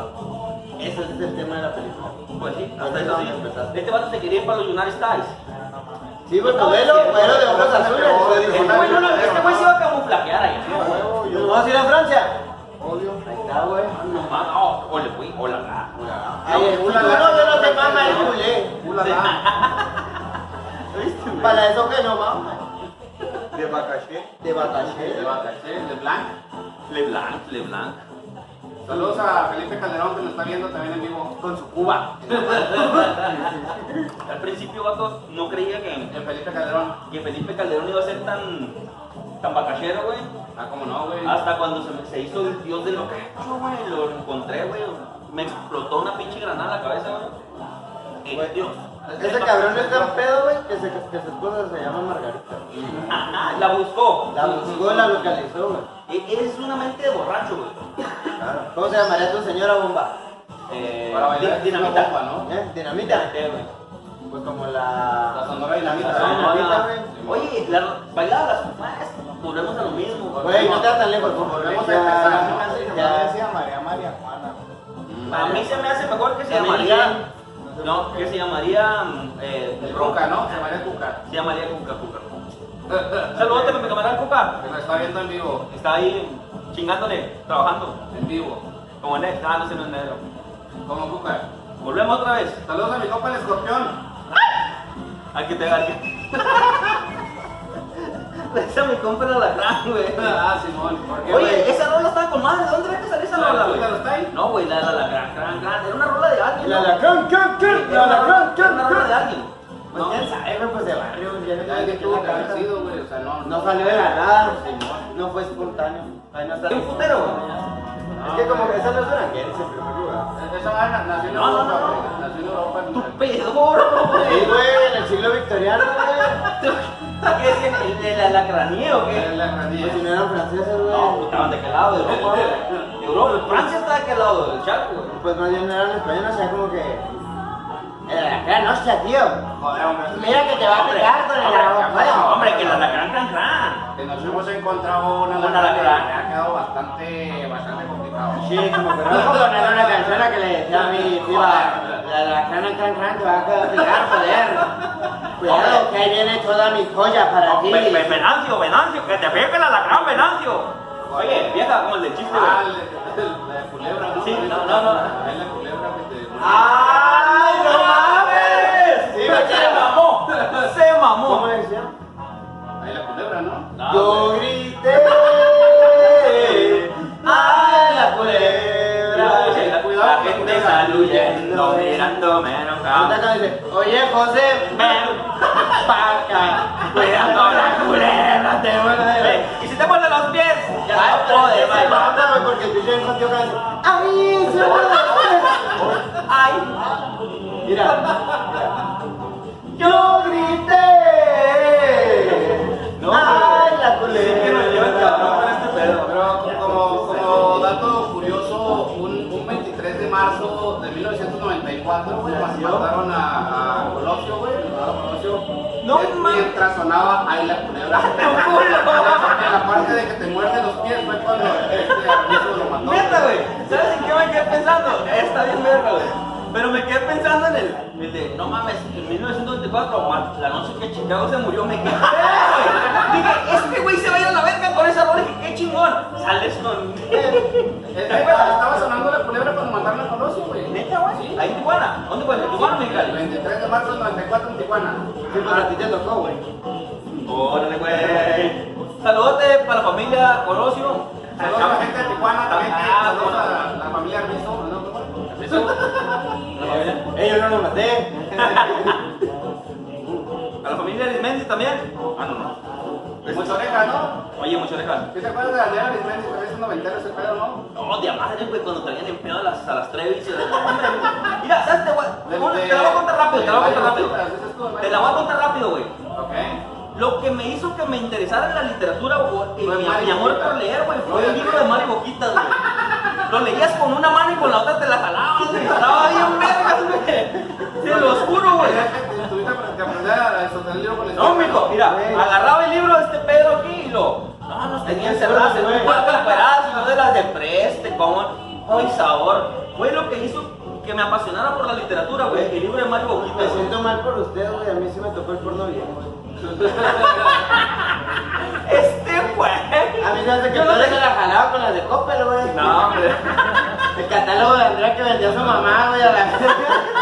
Speaker 5: Ese es el tema de la película.
Speaker 2: Pues sí,
Speaker 5: Ahí
Speaker 2: hasta
Speaker 5: es
Speaker 2: eso
Speaker 5: donde
Speaker 2: sí.
Speaker 5: empezaste.
Speaker 2: Este vato se quería ir para los Lunar Stars.
Speaker 5: Sí, güey, pues velo, velo de ojos azules. güey,
Speaker 2: Este
Speaker 5: dice,
Speaker 2: güey no lo- este güey se iba a camuflajear ahí, ¿no, güey?
Speaker 4: Huevo,
Speaker 5: "Nos
Speaker 4: yo
Speaker 5: vamos a ir a Francia?
Speaker 4: odio.
Speaker 5: Ahí está, güey.
Speaker 2: No mames, no, o le fui, o la la.
Speaker 5: Ay, el culo no velo te mama el culé.
Speaker 3: Ulala.
Speaker 2: Este
Speaker 5: Para eso que no mama.
Speaker 4: De Bacaché.
Speaker 5: De vacaciones.
Speaker 3: De Bataché, de Blanc.
Speaker 2: Leblanc, Leblanc.
Speaker 3: Saludos a Felipe Calderón que nos está viendo también en vivo.
Speaker 5: Con su Cuba.
Speaker 2: Al principio, vato, no creía que,
Speaker 3: El Eh, Felipe Calderón.
Speaker 2: que Felipe Calderón iba a ser tan, tan bacachero, güey.
Speaker 3: Ah, cómo no, güey.
Speaker 2: Hasta cuando se, me- se hizo el dios del locacho, güey. Lo encontré, güey. Me explotó una pinche granada en la cabeza, güey. El
Speaker 5: Güey.
Speaker 2: dios.
Speaker 5: Ese cabrón es tan pedo, güey, que, se, que su esposa se llama Margarita.
Speaker 2: Ajá, la buscó.
Speaker 5: La buscó, la localizó, güey.
Speaker 2: E- Es una mente de borracho, güey.
Speaker 5: Claro. ¿Cómo se llamaría tu señora bomba?
Speaker 2: Eh,
Speaker 3: Para bailar
Speaker 2: di-
Speaker 3: es una bomba,
Speaker 2: dinamita.
Speaker 3: ¿no?
Speaker 5: ¿Eh? ¿Dinamita?
Speaker 2: Eh, güey.
Speaker 5: Pues como
Speaker 3: La
Speaker 5: la...
Speaker 3: sonora dinamita.
Speaker 5: La Sonora.
Speaker 3: ¿no?
Speaker 5: dinamita, güey.
Speaker 2: Oye, la bailaba las mamás. Volvemos a lo mismo,
Speaker 5: Güey, no te vas tan lejos,
Speaker 3: Pues
Speaker 5: por favor.
Speaker 3: volvemos a
Speaker 5: Ya,
Speaker 3: empezar, ¿no?
Speaker 5: ya,
Speaker 4: Ya
Speaker 5: ya.
Speaker 4: decía María María Juana.
Speaker 2: A mí se me hace mejor que se llamaría. No, que se llamaría. mm, Eh,
Speaker 3: El Roca, ¿no? Se llamaría Cuca.
Speaker 2: Se llamaría Cuca Cuca. Saludos a mi camarada Cuca.
Speaker 3: (laughs) Que nos está viendo en vivo.
Speaker 2: Está ahí chingándole, trabajando.
Speaker 3: En vivo.
Speaker 2: Como en Ah, no sé, no es negro.
Speaker 3: Como Cuca.
Speaker 2: Volvemos otra vez.
Speaker 3: Saludos a mi copa el escorpión.
Speaker 2: Al que te al (laughs) que. Esa me compra la gran, güey.
Speaker 3: Ah, Simón. ¿Por qué,
Speaker 2: Oye,
Speaker 3: güey?
Speaker 2: esa rola estaba con madre. ¿De dónde era que salió esa
Speaker 3: ¿La
Speaker 2: rola,
Speaker 3: de Cuca está ahí?
Speaker 2: güey? No, güey, la de la gran, gran, gran. Era una rola de alguien.
Speaker 5: La
Speaker 2: ¿no?
Speaker 5: lacrón, can, can,
Speaker 2: Era
Speaker 5: la
Speaker 2: una rola-
Speaker 5: lacrón,
Speaker 2: era una
Speaker 5: can,
Speaker 2: rola de
Speaker 5: can.
Speaker 2: alguien.
Speaker 5: Pues quién sabe, güey, pues de barrio, güey, ya
Speaker 3: Ya es
Speaker 5: no
Speaker 3: que
Speaker 5: sé qué
Speaker 3: estuvo
Speaker 5: la cabeza.
Speaker 3: convencido, güey. O sea, no.
Speaker 5: No salió de la nada, no fue espontáneo. Ahí no está.
Speaker 2: ¿Qué un putero, güey?
Speaker 5: Es que como que esa no es duranguense en primer lugar.
Speaker 3: Esa madre nació en
Speaker 2: No, no, no,
Speaker 3: Europa,
Speaker 2: no.
Speaker 3: güey. Nació en Europa.
Speaker 2: Tu pedorro,
Speaker 5: Sí,
Speaker 2: güey.
Speaker 5: güey, en el siglo victoriano, güey.
Speaker 2: ¿Qué es el, el, el alacraní o qué?
Speaker 3: En la granilla.
Speaker 5: Pues si no eran franceses,
Speaker 2: No,
Speaker 5: güey.
Speaker 2: pues, estaban de aquel lado de Europa, güey. De Europa, Francia está de aquel lado del charco, güey.
Speaker 5: Pues más bien eran españoles, o sea, como que. Era la gran hostia, tío.
Speaker 3: Joder, hombre.
Speaker 5: Mira que te va a pegar con el
Speaker 3: Hombre,
Speaker 5: agua.
Speaker 2: Hombre, que la alacrán, gran, gran.
Speaker 3: Que nos hemos encontrado una
Speaker 2: Una
Speaker 3: lacra que
Speaker 2: lacra.
Speaker 3: ha quedado bastante, bastante complicado.
Speaker 5: Sí, como que no vamos a poner una canción a que le decía a mi tía, la la cana can can te va a pegar, joder. Cuidado, que ahí viene toda mi joya para ti.
Speaker 2: Ve- ve- Venancio, Venancio, que te pegue la alacrán, Venancio. Oye, vieja, como el del chiste,
Speaker 3: Ah,
Speaker 2: güey.
Speaker 3: el- el- la de culebra, ¿no?
Speaker 2: Sí, no, no, no. Ah.
Speaker 3: Es la culebra que te...
Speaker 2: ¡Ay, no mames!
Speaker 5: Sí, me
Speaker 2: se
Speaker 5: quiero.
Speaker 2: mamó, se
Speaker 5: ¿Cómo
Speaker 2: mamó.
Speaker 5: decía?
Speaker 3: Ahí la culebra, ¿no?
Speaker 2: No,
Speaker 5: Yo
Speaker 2: güey.
Speaker 5: grité a la culebra.
Speaker 2: La gente saludando, mirándome enojado.
Speaker 5: Ahorita cuando dice, Oye, José,
Speaker 2: paca, cuidando la culebra, te vuelve. Y si te muerde los pies, ya no puedes
Speaker 5: Ay,
Speaker 2: bailar.
Speaker 5: mátame porque el DJ no te ojalá dice, ¡Ay, se mueve!
Speaker 2: Ay,
Speaker 5: Mira, yo grité.
Speaker 2: No,
Speaker 5: ¡Ay,
Speaker 2: pero-
Speaker 5: la
Speaker 2: sí que nos lleva el cabrón con
Speaker 5: culebra!
Speaker 2: este pedo.
Speaker 3: Pero como cuatro, güey, así mataron a, a Colosio, güey, mataron a Colosio.
Speaker 2: No
Speaker 3: Mien-
Speaker 2: mames.
Speaker 3: Mientras sonaba ahí la
Speaker 5: (laughs)
Speaker 3: culebra. En la parte de que te muerde los pies fue cuando este Armijo lo mató.
Speaker 2: Neta, güey. ¿Sabes en qué me quedé pensando? Está bien verga, güey. Pero me quedé pensando en el, en el de, no mames, en 1994, ma- la noche que Chicago se murió, me quedé verga, güey. Dije, este güey se va a ir a la verga con esa bola, que qué chingón. Sales con... eh,
Speaker 3: Es que Eh, estaba sonando la culebra cuando mataron a Colosio, güey.
Speaker 2: Neta, güey. Ahí en Tijuana. ¿Dónde fue? En Tijuana,
Speaker 3: El
Speaker 2: Mexicali.
Speaker 3: 23 de marzo del 94 en Tijuana.
Speaker 5: Sí, pero a ti te tocó, güey.
Speaker 2: Órale, güey. Saludote para la familia Colosio.
Speaker 3: Saludos a la gente de Tijuana, también que-
Speaker 2: Ah,
Speaker 3: saludos a la- la familia Armijo, ¿no?
Speaker 2: La familia-
Speaker 5: Eh, yo no lo maté.
Speaker 2: A la familia Arismendi también. Ah, no, no.
Speaker 3: Pues oreja, ¿no?
Speaker 2: Oye, mucho lejano.
Speaker 3: ¿Qué te acuerdas de la Andrea Arismendi? También es un noventero ese pedo, ¿no?
Speaker 2: No, de a madre, güey, cuando traían en pedo a las, a las Trevis. Hombre, güey. Mira, ¿sabes? Te,
Speaker 3: Del-
Speaker 2: voy-
Speaker 3: de-
Speaker 2: te la voy a contar rápido, te la voy a
Speaker 3: del
Speaker 2: contar rápido.
Speaker 3: baño, ¿sí? ¿Haces tú el baño?
Speaker 2: Te la voy a contar rápido, güey.
Speaker 3: Ok.
Speaker 2: Lo que me hizo que me interesara en la literatura o- y
Speaker 3: Fue
Speaker 2: mi,
Speaker 3: Mario
Speaker 2: mi amor por
Speaker 3: Boquitas.
Speaker 2: leer, güey,
Speaker 3: Oye,
Speaker 2: fue el libro
Speaker 3: güey.
Speaker 2: de Mario Boquitas, güey. Lo leías con una mano y con la otra te la jalabas, güey. Estaba bien vergas, güey. Te lo juro, güey.
Speaker 3: Tenías que- Tuviste que aprender a sostener el libro con el
Speaker 2: No, mijo, mira, agarraba el libro de este Pedro aquí y lo. No, nos tenían cerradas en un cuarto operadas y no de las de preste, como. ¡Ay, sabor! Fue lo que hizo que me apasionara por la literatura, güey. El libro de Mario
Speaker 5: Me
Speaker 2: Boquitas.
Speaker 5: siento mal por usted, güey. A mí sí me tocó el porno bien, güey.
Speaker 2: (laughs) Este fue.
Speaker 5: A mí se hace que
Speaker 2: Yo no
Speaker 5: no
Speaker 2: sé-
Speaker 5: se la jalaba con las de Coppel, güey.
Speaker 2: No, hombre.
Speaker 5: El catálogo de Andrea que vendió a su mamá, güey, a la (laughs)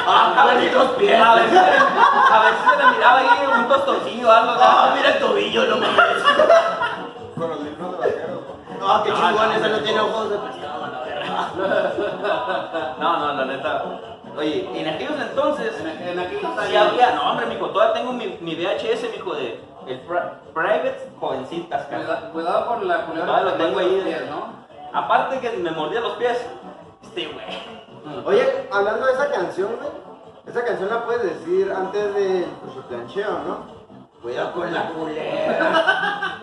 Speaker 2: Ah, a ver, los pies. A veces, a veces se le miraba ahí un tostoncillo o algo. Ah, mira el tobillo, no me
Speaker 4: Con los libros de vaqueros, güey.
Speaker 5: No, qué
Speaker 2: No,
Speaker 5: chingón,
Speaker 2: Ah, no,
Speaker 5: ese no
Speaker 2: no.
Speaker 5: tiene ojos de pescado, la verga.
Speaker 2: (laughs) No, no, la neta. Oye, en aquellos entonces.
Speaker 3: En, en aquellos
Speaker 2: Sí había, no hombre, mijo, todavía tengo mi, mi VHS, mijo, de el pri- Private Jovencitas, cara.
Speaker 3: Cuida- Cuidado con la culebra.
Speaker 2: Todavía Ah, lo
Speaker 3: que
Speaker 2: tengo ahí.
Speaker 3: muerde los pies, ¿no?
Speaker 2: Aparte que me mordía los pies, este güey.
Speaker 5: Oye, hablando de esa canción, güey. Esa canción la puedes decir antes del pues, plancheo, ¿no? Cuidado con la culera.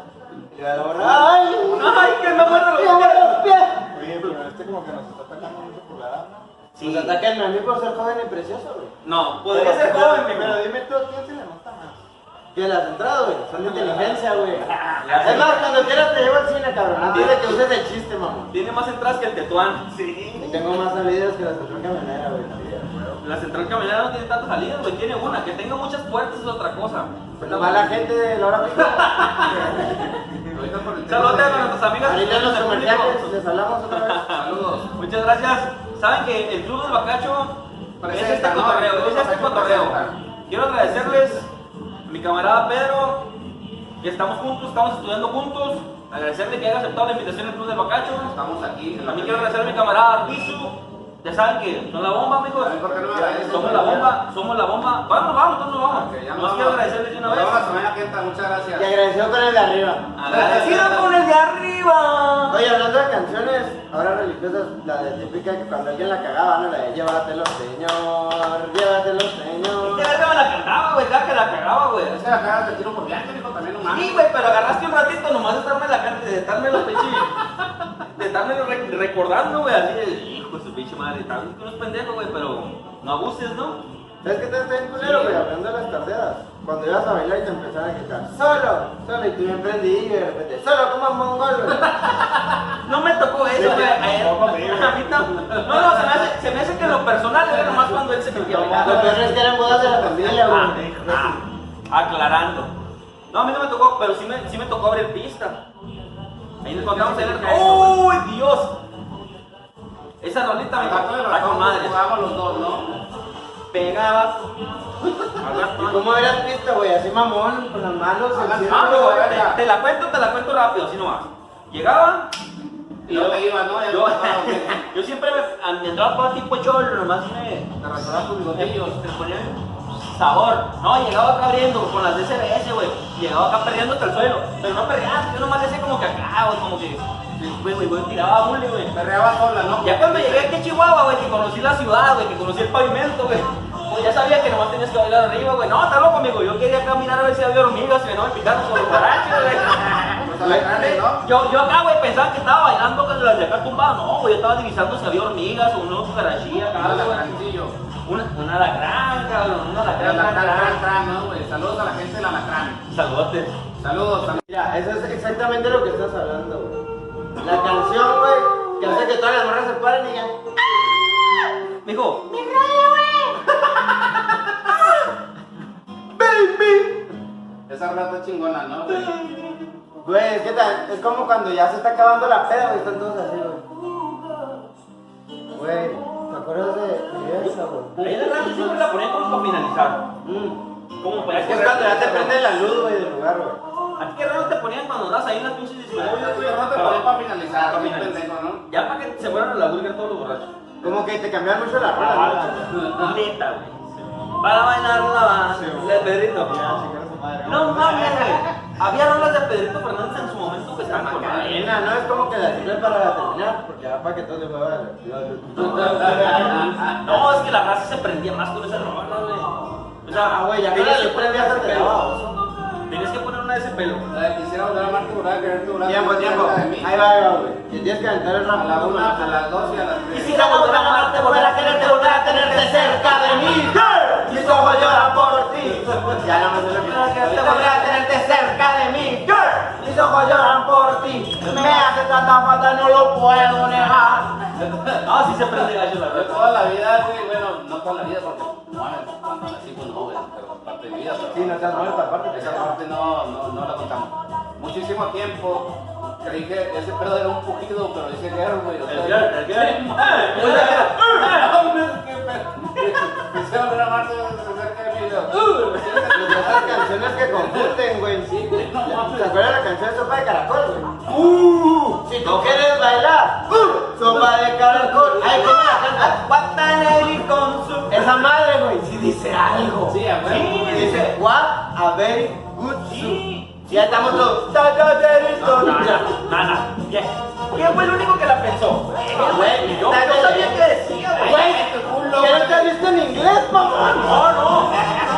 Speaker 5: (laughs) Y ahora. ¡Ay!
Speaker 2: ¡Ay, que me muerden los pies!
Speaker 5: los pies!
Speaker 4: Oye, pero este como que nos está atacando mucho por la edad, ¿no?
Speaker 5: Pues atáquenme a mí por ser joven y precioso, güey.
Speaker 2: No, podría ser joven, mijo.
Speaker 4: Pero dime tú, ¿a quién se le nota más?
Speaker 5: Que las entradas, güey, son de inteligencia, güey.
Speaker 2: Ya sé.
Speaker 5: Es más, cuando quieras te llevo al cine, cabrón. Antes de que uses el chiste, mamá.
Speaker 2: Tiene más entradas que el Tetuán.
Speaker 5: Y
Speaker 2: Sí.
Speaker 5: tengo más salidas que las de otra caminera, güey.
Speaker 2: La central caminera no tiene tantas salidas, güey. Tiene una. Que tenga muchas puertas es otra cosa.
Speaker 5: Pero va Pues la gente de la hora pica.
Speaker 3: Ahorita por el tema
Speaker 2: Saludos
Speaker 3: de-
Speaker 2: a nuestras amigas.
Speaker 5: Ahorita en los
Speaker 2: del público.
Speaker 5: comerciales les hablamos otra vez.
Speaker 3: Saludos.
Speaker 2: Muchas gracias. Saben que el Club del Bacacho es
Speaker 3: Presenta,
Speaker 2: este
Speaker 3: ¿no?
Speaker 2: cotorreo, es este
Speaker 3: Bacacho
Speaker 2: cotorreo.
Speaker 3: presenta.
Speaker 2: Quiero agradecerles a mi camarada Pedro, que estamos juntos, estamos estudiando juntos. Agradecerle que haya aceptado la invitación al Club del Bacacho.
Speaker 3: Estamos aquí. en la-
Speaker 2: También quiero agradecer a mi camarada Arbizu. Ya saben que son la bomba, amigos.
Speaker 3: Ay, ¿por qué no me agradeces?
Speaker 2: Somos la bomba, somos la bomba. Vamos, vamos, entonces vamos.
Speaker 3: Ok, ya
Speaker 2: Los
Speaker 3: nos
Speaker 2: quiero
Speaker 3: vamos.
Speaker 2: agradecerles de una
Speaker 3: Nos
Speaker 2: vez.
Speaker 3: vemos la semana que entra, muchas gracias.
Speaker 5: Y agradecido con el de arriba.
Speaker 2: Agradecido con el de arriba.
Speaker 5: Oye, hablando de canciones, ahora religiosas, la de típica que cuando alguien la cagaba, ¿no? La de llévatelo, señor, llévatelo,
Speaker 2: Este
Speaker 5: señor.
Speaker 2: verga me la cantaba, güey, ya que la cagaba, güey.
Speaker 3: Es que la cara te tiro por viaje, hijo, también no mames.
Speaker 2: Sí, güey, pero agarraste un ratito nomás de estarme la cara, de estarme los pinches, de estarme re- recordando, güey, así de, hijo de su pinche madre, tal vez que uno es pendejo, güey, pero no abuses, ¿no?
Speaker 5: ¿Sabes qué te está en culero, güey? Hablando de las tardeadas. Cuando ibas a bailar y te empezaban a gritar, solo, solo, y tú bien prendidillo y de repente, solo como un mongol, güey.
Speaker 2: No me tocó eso, güey, a él.
Speaker 4: tampoco a mí, güey.
Speaker 2: A mí tam- No, no, se me hace, se me hace que en lo personal era nomás cuando él se metía a bailar.
Speaker 5: Lo peor es que eran bodas de la familia,
Speaker 2: Ah,
Speaker 5: güey.
Speaker 2: ah, aclarando. No, a mí no me tocó, pero sí me, sí me tocó abrir pista. Ahí nos contamos en el... ¡Uy, Dios! Esa rolita me
Speaker 3: Al rato de
Speaker 2: está con
Speaker 3: ratón,
Speaker 2: madre.
Speaker 3: jugamos los dos, ¿no?
Speaker 2: Pegabas.
Speaker 5: ¿Y cómo eras pista, güey? Así mamón, con las manos,
Speaker 3: Ah,
Speaker 5: el
Speaker 3: ah,
Speaker 5: cielo,
Speaker 3: güey.
Speaker 5: güey.
Speaker 2: Te, te la cuento, te la cuento rápido, así nomás. Llegaba.
Speaker 3: Y luego te ibas, ¿no? pues, Ya
Speaker 2: (laughs) Yo,
Speaker 3: te tocaba, güey.
Speaker 2: yo siempre me, a- me entraba por tipo cholo, nomás me.
Speaker 3: Te rasurabas tus bigotillos.
Speaker 2: Ellos te ponían sabor. No, llegaba acá abriendo con las de SBS, güey. Llegaba acá perdiendo hasta el suelo. Pero no perreaba, yo nomás decía como que acá, güey, como que. Güey, güey, güey, tiraba bully, güey.
Speaker 3: Perreabas sola, ¿no?
Speaker 2: Ya cuando llegué aquí a Chihuahua, güey, que conocí la ciudad, güey, que conocí el pavimento, güey. Pues ya sabía que nomás tenías que bailar arriba, güey. No, está loco, amigo. Yo quería caminar a ver si había hormigas, si no me picaron con los guarachos, güey.
Speaker 3: Pues a la carne, ¿no?
Speaker 2: Yo, yo acá, güey, pensaba que estaba bailando con las de acá tumbado. No, güey, yo estaba divisando si había hormigas o unos cucarachillas, acá,
Speaker 3: Al
Speaker 2: güey.
Speaker 3: alacrancillo.
Speaker 2: Una, un alacrán, cabrón, un alacrán.
Speaker 3: La
Speaker 2: un alacrán.
Speaker 3: ¿no, güey? Saludos a la gente del Alacrán.
Speaker 2: Saludotes.
Speaker 3: Saludos, saludos.
Speaker 5: Mira, eso es exactamente lo que estás hablando, güey. La canción, güey, que hace que todas las morras se paren y digan,
Speaker 2: Mijo,
Speaker 3: Esa rata chingona, ¿no, güey?
Speaker 5: güey, es que ta- es como cuando ya se está acabando la peda, güey, están todos así, güey. Güey, ¿te acuerdas de, de esa, güey?
Speaker 2: ahí de rato siempre la ponían como para finalizar.
Speaker 5: Mm.
Speaker 2: Como para
Speaker 5: Es que es cuando ya te prende la luz, güey, del lugar, güey.
Speaker 2: ¿A ti qué raro te ponían cuando das ahí en las pinches discotecas?
Speaker 3: Oye, güey, rata
Speaker 2: Cabrón.
Speaker 3: para finalizar,
Speaker 2: Para
Speaker 3: para
Speaker 2: finalizar.
Speaker 3: pendejo, ¿no? (laughs)
Speaker 2: Ya para que se fueran a la burger todos los borrachos.
Speaker 5: Como que te cambian mucho la rola,
Speaker 2: Ah, Neta, güey. Para bailar la banda de Pedrito. No mames, güey. Había rolas de Pedrito Fernández en su momento que estaban con
Speaker 5: ¿no? Arena, ¿no? Es como que la sirven para terminar, porque ya para que todo le mueva la luz.
Speaker 2: No, es que la raza se prendía más con esa rola, güey. O sea,
Speaker 5: Ah, güey, ya
Speaker 2: tenías
Speaker 5: cuando le
Speaker 2: que
Speaker 5: prendías
Speaker 2: poner
Speaker 5: se
Speaker 2: ese
Speaker 5: te
Speaker 2: pelo.
Speaker 5: daba oso.
Speaker 2: Tenías que poner una de ese pelo.
Speaker 3: La de Eh, quisiera volver a Marte Durán, querer tu brazo.
Speaker 5: Tiempo, tiempo.
Speaker 3: cerca de mí.
Speaker 5: Ahí va, ahí va, güey. Que Tienes que aventar el
Speaker 3: A la
Speaker 5: ramo.
Speaker 3: una, a las dos y a las tres.
Speaker 2: Quisiera volver a amarte, volver a quererte, volver a tenerte cerca de mí.
Speaker 5: Mis ojos lloran por ti. Ya no me suele Te voy a tenerte cerca de mí. Mis ojos lloran por ti. Me hace tanta falta, no lo puedo negar.
Speaker 2: Ah, sí se prende gallo la
Speaker 3: Yo
Speaker 2: verdad.
Speaker 3: toda la vida, güey, bueno, no toda la vida, porque, bueno, cuando nací, pues no, güey, pero parte de mi vida, pero-
Speaker 5: Sí, no seas muerto, aparte.
Speaker 3: Esa parte no, no, no la contamos. Muchísimo tiempo creí que ese pedo era un pujido, pero ese era, güey. o sea,
Speaker 2: El girl, el
Speaker 3: (laughs)
Speaker 2: girl.
Speaker 3: sí, madre, güey, no, hombre, qué pedo. Quisiera volver a Marte se acerca de mí, yo,
Speaker 5: Esas canciones que confunden, güey.
Speaker 3: Sí, güey, no mames.
Speaker 5: ¿Se acuerdan la canción de Sopa de Caracol, güey? ¡Uh! Si tú quieres bailar, ¡uh! Sopa de Caracol. Ay, ¿cómo la cantas?
Speaker 2: Guataneri con su.
Speaker 5: Esa madre, güey, sí dice algo.
Speaker 3: Sí, a huevo,
Speaker 5: Y
Speaker 3: güey.
Speaker 5: Dice, what a very good
Speaker 2: Sí.
Speaker 5: soup. Ya estamos todos. "Ta, ta, ta, ta,
Speaker 2: No, no,
Speaker 5: ta".
Speaker 2: no, no. ¿Qué? ¿Qué fue el único que la pensó?
Speaker 5: Güey,
Speaker 2: Yo
Speaker 5: está
Speaker 2: yo
Speaker 5: bien.
Speaker 2: sabía que decía, güey.
Speaker 5: Güey, ¿qué no te has visto este en inglés, mamón?
Speaker 2: No, no.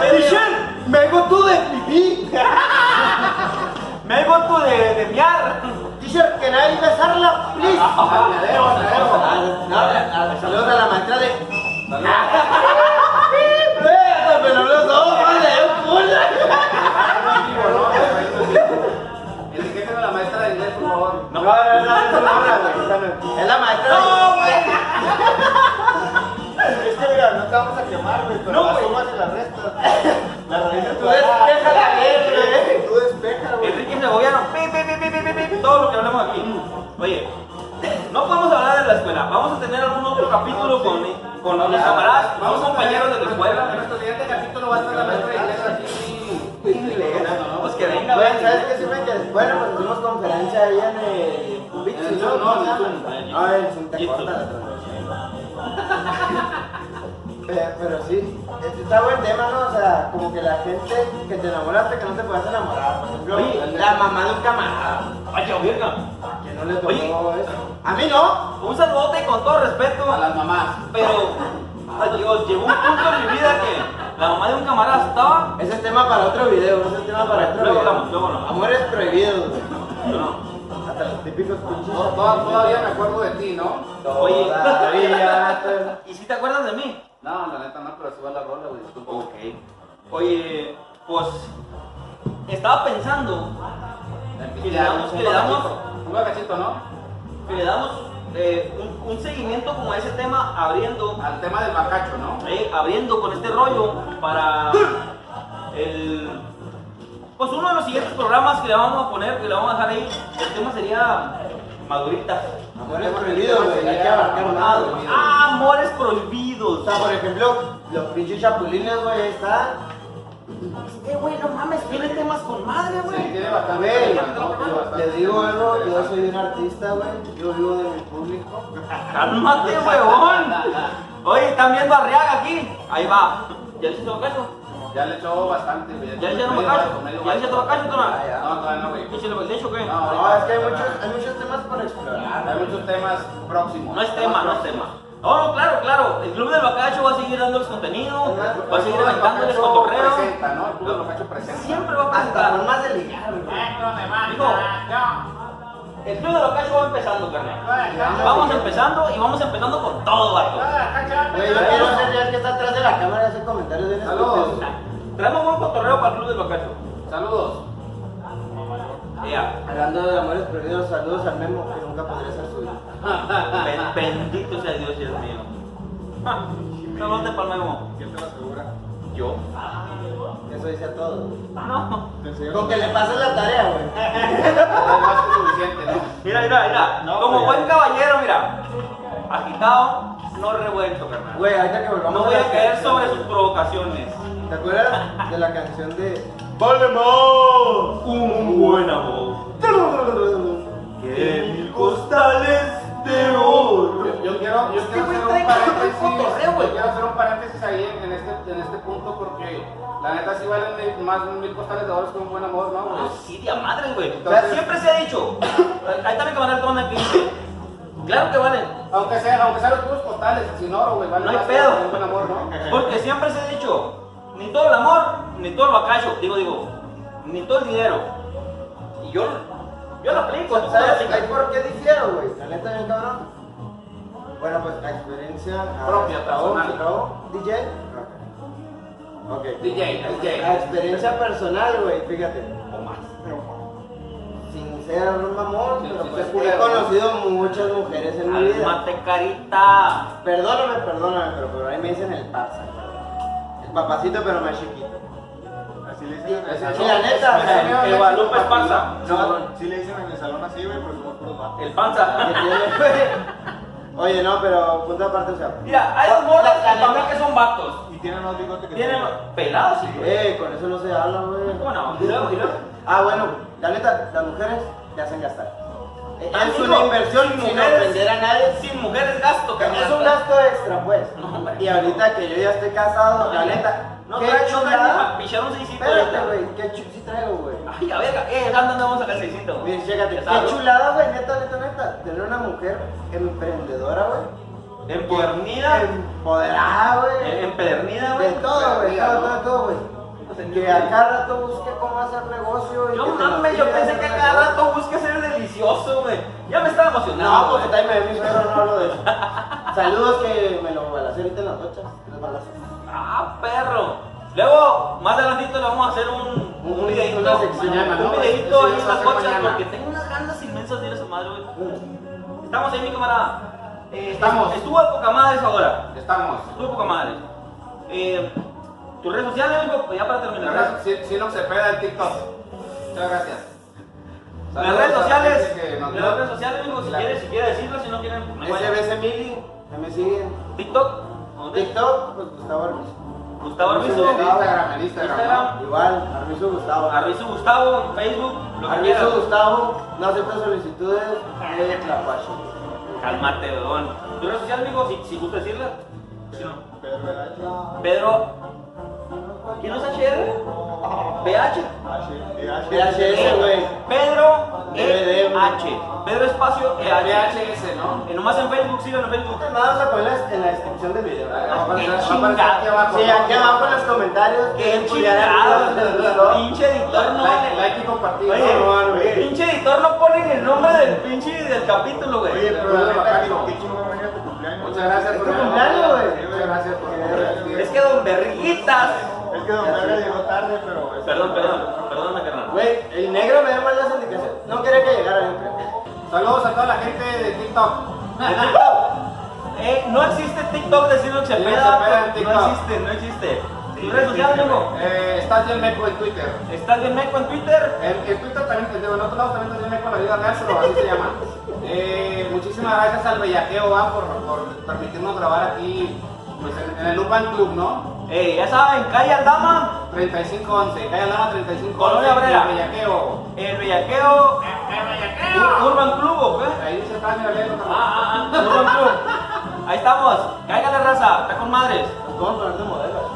Speaker 2: Me dicen,
Speaker 5: me go to the (laughs) pipí.
Speaker 2: me voto de, de miar.
Speaker 5: Teacher, que nadie besarla, please.
Speaker 3: Saludos, saludos.
Speaker 5: Ah, ah, Saludos a la maestra de. Pero, pero los dos, madre, un culo.
Speaker 3: El que tengo la maestra de inglés, por favor.
Speaker 5: No, no, no, no, no, no, no, no. Es la maestra de. (laughs)
Speaker 4: Es que mira, no te vamos a quemar, güey, pero
Speaker 2: No,
Speaker 4: las
Speaker 2: güey.
Speaker 4: sumas y las
Speaker 5: (laughs)
Speaker 4: restas. La raíz de
Speaker 5: Tú despeja eh. bien,
Speaker 4: Tú despeja, güey.
Speaker 2: Enrique Segoviano, pi, pi, pi, pi, pi, pi, pi, todo lo que hablamos aquí. Oye, no podemos hablar de la escuela. Vamos a tener algún otro capítulo con, con los camaradas, con los compañeros de la
Speaker 3: En
Speaker 2: escuela.
Speaker 3: nuestro siguiente capítulo va a estar la maestra de inglés aquí.
Speaker 2: Pues que venga,
Speaker 5: Bueno,
Speaker 2: güey.
Speaker 5: ¿sabes qué sirve que bueno, pues hicimos conferencia ahí en eh, el Ubix,
Speaker 3: En el Zoom, no, en el Zoom.
Speaker 5: Ah, en el Zoom te
Speaker 2: Y
Speaker 5: corta
Speaker 2: tú.
Speaker 5: la transmisión. Pero, pero sí, este está buen tema, ¿no? O sea, como que la gente que te enamoraste que no te puedes enamorar. Por ejemplo,
Speaker 2: Oye,
Speaker 5: la mamá de un camarada
Speaker 2: Ay, yo, verga.
Speaker 5: que no le tocó
Speaker 2: Oye.
Speaker 5: eso. A mí no.
Speaker 2: Un saludote con todo respeto.
Speaker 3: A las mamás.
Speaker 2: Pero, ay Dios, llegó un punto en mi vida que la mamá de un camarada estaba.
Speaker 5: Ese es tema para otro video, ese es tema para otro
Speaker 2: Luego
Speaker 5: video.
Speaker 2: hablamos, luego hablamos.
Speaker 5: Amores prohibidos, güey.
Speaker 2: No,
Speaker 5: Hasta los típicos pinches.
Speaker 3: To- to- Todavía me acuerdo de ti, ¿no?
Speaker 2: Oye.
Speaker 5: Todavía.
Speaker 2: (laughs) ¿Y si te acuerdas de mí?
Speaker 3: No, la neta no, pero suba la rola, güey, disculpa.
Speaker 2: Ok. Oye, pues. Estaba pensando que le damos- que le damos-
Speaker 3: Un cachito, ¿no?
Speaker 2: que le damos eh, un, un seguimiento como a ese tema, abriendo,
Speaker 3: Al tema del bacacho, ¿no?
Speaker 2: eh, abriendo con este rollo para el. Pues uno de los siguientes programas que le vamos a poner, que le vamos a dejar ahí, el tema sería Madurita.
Speaker 5: Amores prohibidos, güey. Hay que abarcar más, güey.
Speaker 2: Ah, amores
Speaker 5: O
Speaker 2: prohibidos.
Speaker 5: sea, por ejemplo, los pinches chapulines, güey, ahí está.
Speaker 2: Este güey, no mames, tiene temas con madre,
Speaker 3: Sí,
Speaker 2: güey.
Speaker 3: tiene bastante.
Speaker 5: Güey,
Speaker 3: tema, ¿no? Tiene bastante
Speaker 5: les digo
Speaker 3: tema
Speaker 5: algo, yo
Speaker 3: interesante.
Speaker 5: soy un artista, güey. Yo vivo de mi público.
Speaker 2: Cálmate, huevón. Oye, ¿están viendo a Arriaga aquí? Ahí va. ¿Ya le hizo caso?
Speaker 3: Ya le echó bastante, güey.
Speaker 2: ¿Ya le
Speaker 3: echó
Speaker 2: echaron
Speaker 3: medio
Speaker 2: caso?
Speaker 3: vaso, medio
Speaker 2: ¿Ya le
Speaker 3: vaso.
Speaker 2: echaron caso,
Speaker 5: Ah,
Speaker 2: Tona?
Speaker 5: ya.
Speaker 3: No, todavía no, güey.
Speaker 2: Échale el techo, ¿qué?
Speaker 3: No.
Speaker 5: No, es que hay muchos, hay muchos temas por explorar.
Speaker 3: Hay muchos temas próximos.
Speaker 2: No es tema, no es tema. No, no, claro, claro. El Club del Bacacho va a seguir dándoles contenido, va a seguir aventándoles
Speaker 3: cotorreo.
Speaker 2: cotorreo.
Speaker 3: Presenta, ¿no? El Club de Bacacho presenta.
Speaker 2: Siempre va a
Speaker 5: Hasta
Speaker 2: presentar.
Speaker 5: formas de ligar, güey.
Speaker 3: Dentro de
Speaker 2: Digo,
Speaker 3: banda, yo.
Speaker 2: El club de los cachos va empezando, carnal. Vamos empezando y vamos empezando con todo, vato.
Speaker 5: Güey, yo quiero ser real que está atrás de la cámara hace comentarios bien
Speaker 3: Saludos.
Speaker 5: estúpidos.
Speaker 2: Traemos buen cotorreo para el club de los cachos.
Speaker 3: Saludos.
Speaker 2: Ya.
Speaker 5: Hablando de amores perdidos, saludos al Memo, que nunca podría ser suyo.
Speaker 2: Ben- Bendito sea Dios, Dios mío. Ja, Saludos de Palma como
Speaker 4: ¿Quién te lo asegura?
Speaker 2: yo.
Speaker 5: Eso dice a todos.
Speaker 2: No.
Speaker 4: Te enseño
Speaker 5: Con que le pases la tarea, güey.
Speaker 3: Es más que suficiente, ¿no?
Speaker 2: Mira, mira, mira.
Speaker 4: No,
Speaker 2: Como
Speaker 4: pues,
Speaker 2: buen caballero, mira. Agitado, no revuelto, carnal.
Speaker 5: Güey, ahorita que volvamos
Speaker 2: No voy
Speaker 5: las
Speaker 2: a caer
Speaker 5: canciones,
Speaker 2: sobre sus
Speaker 5: güey.
Speaker 2: provocaciones.
Speaker 5: ¿Te acuerdas de la canción de...
Speaker 2: ¡Volvemos! Un buen amor. Que mil costales de oro.
Speaker 3: Yo, yo quiero, yo
Speaker 2: Es que,
Speaker 3: quiero
Speaker 2: güey, trae
Speaker 3: hacer un
Speaker 2: otro
Speaker 3: paréntesis.
Speaker 2: cotorreo, güey.
Speaker 3: yo quiero hacer un paréntesis ahí en, en este, en este punto porque la neta sí valen mil- más mil costales de oro que un buen amor, ¿no? güey?
Speaker 2: Ah, Sí, de a madre, güey. O sea,
Speaker 3: Entonces-
Speaker 2: siempre se ha dicho. Ahí también que van a tomar una pinche. Claro que valen.
Speaker 3: Aunque sea, aunque sea los puros costales, sin oro, güey, valen
Speaker 2: No hay
Speaker 3: más
Speaker 2: pedo.
Speaker 3: que un buen amor, ¿no?
Speaker 2: Porque siempre se ha dicho, ni todo el amor, ni todo el bacacho. Digo, digo, ni todo el dinero. Y yo, yo lo aplico. tú
Speaker 5: ¿Sabes
Speaker 2: lo aplicas.
Speaker 5: ahí por qué difiero, güey? La neta, bien cabrón. Bueno, pues la experiencia... a-
Speaker 3: Propia,
Speaker 5: ¿se acabó?
Speaker 3: personal.
Speaker 5: ¿Se acabó? ¿DJ? Ok. Ok.
Speaker 3: DJ,
Speaker 5: La
Speaker 3: DJ.
Speaker 5: experiencia personal, güey, fíjate. Sin ser un mamón,
Speaker 3: Sí,
Speaker 5: pero
Speaker 3: sí,
Speaker 5: pues,
Speaker 3: sí,
Speaker 5: he
Speaker 3: culero,
Speaker 5: conocido muchas mujeres en mi vida.
Speaker 2: Cálmate, carita.
Speaker 5: Perdóname, perdóname, pero por ahí me dicen el parza. El papacito, pero más chiquito.
Speaker 4: Así le dicen en el
Speaker 3: Ese
Speaker 2: Ah,
Speaker 5: Sí,
Speaker 4: salón.
Speaker 5: la neta,
Speaker 2: pues, El Guadalupe es panza.
Speaker 5: No,
Speaker 4: Sí le dicen en el salón así, güey, pero somos puros vatos.
Speaker 2: El panza.
Speaker 5: (laughs) que tiene, güey. Oye, no, pero punto aparte, o sea.
Speaker 2: Mira, hay dos morras que para mí que son vatos.
Speaker 4: Y tienen más bigote que
Speaker 2: Tienen
Speaker 4: tú.
Speaker 2: pelados y güey.
Speaker 5: Eh, con eso no se habla, güey.
Speaker 2: ¿Cómo no? Y luego, y luego.
Speaker 5: Ah, bueno, la neta, las mujeres te hacen gastar. Eh, Es
Speaker 2: Amigo,
Speaker 5: una inversión
Speaker 2: sin
Speaker 5: sin
Speaker 2: mujeres.
Speaker 5: ofender a nadie.
Speaker 2: Sin mujeres gasto, carnal.
Speaker 5: Es un gasto extra, pues.
Speaker 2: No, hombre.
Speaker 5: Y ahorita que yo ya estoy casado, la
Speaker 2: Oye,
Speaker 5: neta,
Speaker 2: No
Speaker 5: qué
Speaker 2: traes no traes ni
Speaker 5: chulada.
Speaker 2: para pichar un seisito
Speaker 5: Espérate,
Speaker 2: ahorita.
Speaker 5: güey, qué chu- sí traigo, güey.
Speaker 2: Ay, a verga. Eh, ¿dónde vamos a sacar seisito?
Speaker 5: Mira, chécate,
Speaker 2: Ya
Speaker 5: qué
Speaker 2: sabes.
Speaker 5: chulada, güey, neta, neta, neta, tener una mujer emprendedora, güey.
Speaker 2: Empedernida.
Speaker 5: Empoderada,
Speaker 2: eh,
Speaker 5: güey.
Speaker 2: Empedernida,
Speaker 5: De
Speaker 2: güey.
Speaker 5: todo, güey,
Speaker 3: Mira,
Speaker 5: todo,
Speaker 3: ¿no?
Speaker 5: todo, todo, güey. Que a cada rato busque cómo hacer negocio y
Speaker 2: Yo
Speaker 5: que te lo
Speaker 2: mames, yo
Speaker 5: pida,
Speaker 2: pensé
Speaker 5: hacer
Speaker 2: que a cada
Speaker 5: negocio.
Speaker 2: rato busca ser delicioso, güey. Ya me estaba
Speaker 5: No, pues,
Speaker 2: emocionado,
Speaker 5: porque
Speaker 2: güey.
Speaker 5: también me ve mi suegro, no hablo de
Speaker 2: (laughs)
Speaker 5: eso. Saludos que me lo balacé ahorita en las noches, tres balazos.
Speaker 2: Ah, perro. Luego, más adelantito le vamos a hacer un,
Speaker 5: Un-
Speaker 2: un videito.
Speaker 5: una sección
Speaker 3: mañana, ¿no?
Speaker 2: un videito
Speaker 3: Sí,
Speaker 2: ahí
Speaker 3: eso
Speaker 2: en
Speaker 3: va a
Speaker 2: las
Speaker 3: ser
Speaker 2: cochas
Speaker 3: mañana.
Speaker 2: porque tengo unas ganas inmensas de ir a su madre, güey. Estamos ahí, mi camarada. Eh,
Speaker 3: Estamos.
Speaker 2: Estuvo a poca madre esa hora.
Speaker 3: Estamos.
Speaker 2: Estuvo a poca madre. Eh, Tus redes sociales, amigo, pues ya para terminar.
Speaker 3: Si, si no se pega el TikTok. Muchas gracias.
Speaker 2: las redes
Speaker 3: Saludos a la gente
Speaker 2: sociales,
Speaker 3: que nos
Speaker 2: las
Speaker 3: vio.
Speaker 2: redes sociales, amigo, si
Speaker 3: La-
Speaker 2: quieres, si quieres decirlo, si no quieren, me vaya.
Speaker 5: SBC Mili, que me siguen.
Speaker 2: TikTok, ¿dónde?
Speaker 5: TikTok, pues Gustavo Arbizu.
Speaker 2: Gustavo
Speaker 3: En
Speaker 2: Arbizu,
Speaker 3: Instagram, en Instagram.
Speaker 2: Instagram,
Speaker 5: Igual, Arbizu Gustavo.
Speaker 2: Arbizu Gustavo, Facebook, lo que quieras.
Speaker 5: Arbizu Gustavo, no acepta solicitudes de Tlapacho.
Speaker 2: Calmate, weón. ¿Tu red social, amigo? Si, si gusta decirla. Si no.
Speaker 4: Pero, ¿verdad?
Speaker 2: Pedro. ¿Quién es HR? PH.
Speaker 4: H,
Speaker 5: VHS, güey.
Speaker 2: Eh, Pedro
Speaker 5: DVD, güey.
Speaker 2: EH. Pedro Espacio EH.
Speaker 3: VHS, ¿no?
Speaker 2: Eh, nomás en Facebook, síganlo en Facebook.
Speaker 5: Vamos a ponerlas en la descripción del video.
Speaker 3: Va a
Speaker 2: qué
Speaker 3: aparecer- va a aparecer aquí
Speaker 2: chingado.
Speaker 3: abajo.
Speaker 5: Sí, aquí abajo en los comentarios.
Speaker 2: Qué
Speaker 5: chingada!
Speaker 2: chingado. Pinche editor no
Speaker 3: Like,
Speaker 2: vale.
Speaker 3: like y compartir.
Speaker 2: Oye,
Speaker 3: ¿no?
Speaker 5: güey.
Speaker 2: pinche editor no ponen el nombre del pinche del capítulo,
Speaker 4: Oye,
Speaker 2: güey.
Speaker 4: pero la neta, qué- qué chingón venir a tu cumpleaños.
Speaker 3: Muchas gracias
Speaker 5: Es
Speaker 3: por
Speaker 5: tu cumpleaños, güey.
Speaker 3: Muchas gracias por
Speaker 2: Es que don Berriguitas.
Speaker 4: Es que Don Verga llegó tarde, pero.
Speaker 2: Perdón, perdón, perdóname, carnal.
Speaker 5: Güey, el negro me dio malas indicaciones. No quería que llegara yo creo.
Speaker 3: Saludos a toda la gente de TikTok.
Speaker 2: El TikTok. Eh, no existe TikTok de Ciro
Speaker 3: Ciro
Speaker 2: Cepeda.
Speaker 3: Cepeda en
Speaker 2: No
Speaker 3: TikTok.
Speaker 2: existe, no existe. ¿Tus redes sociales, amigo?
Speaker 3: Eh, estás bien meco en Twitter.
Speaker 2: ¿Estás bien meco en Twitter?
Speaker 3: En, en Twitter también, digo, en otro lado también estás bien meco en la vida real, pero así se llama. Eh, muchísimas gracias al Bellaqueo, va, por, por permitirnos grabar aquí pues, en, en el Urban Club, ¿no?
Speaker 2: Eh, ya saben, calle Aldama,
Speaker 3: 3511, calle Lama 3511.
Speaker 2: Colonia Obrera.
Speaker 3: El Bellaqueo.
Speaker 2: el eh, Bellaqueo, Ur- Urban Club, ¿o qué?
Speaker 3: Ahí dice atrás, mira, léelo también.
Speaker 2: Ah, ah, ah, Urban Club. Ahí estamos, cáigale raza, está con madres.
Speaker 5: Nos podemos poner de modelo.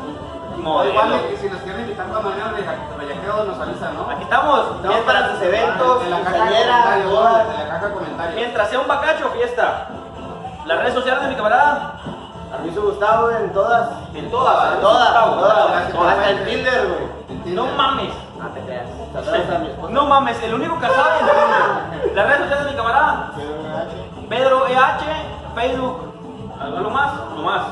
Speaker 2: Modelo.
Speaker 3: Igual, y si nos quieren invitar cuando vengan al Bellaqueo, nos avisan, ¿no?
Speaker 2: Aquí estamos,
Speaker 5: Estamos para sus eventos,
Speaker 3: En la caja de
Speaker 5: saliera,
Speaker 3: comentarios,
Speaker 5: bodas.
Speaker 3: en la caja de comentarios.
Speaker 2: mientras sea un bacacho, fiesta. Las redes sociales de mi camarada,
Speaker 5: Arbizu Gustavo en todas.
Speaker 2: en todas,
Speaker 5: En
Speaker 2: en
Speaker 5: todas,
Speaker 2: Gustavo,
Speaker 5: todas.
Speaker 3: todas.
Speaker 5: Hasta el Tinder, güey.
Speaker 3: En Tinder.
Speaker 5: Ah,
Speaker 2: No mames.
Speaker 5: No te creas. Saludos a mi esposa.
Speaker 2: No mames, el único que sabe. Las redes sociales de mi camarada,
Speaker 4: Pedro H.
Speaker 2: Pedro EH, Facebook, algo más, no más.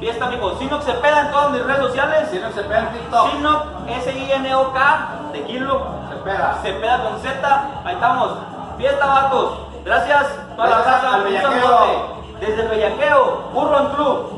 Speaker 2: Fiesta, amigos. Sinox se peda en todas mis redes sociales.
Speaker 3: Si no se pega en TikTok,
Speaker 2: Sinox, S-I-N-O-K, tequilo,
Speaker 3: se pega.
Speaker 2: se peda con Z. Ahí estamos. Fiesta, vatos. Gracias. Toda la
Speaker 3: Gracias
Speaker 2: raza.
Speaker 3: al
Speaker 2: Un
Speaker 3: bellaqueo.
Speaker 2: saludote. Desde el Bellaqueo, Burro en Club.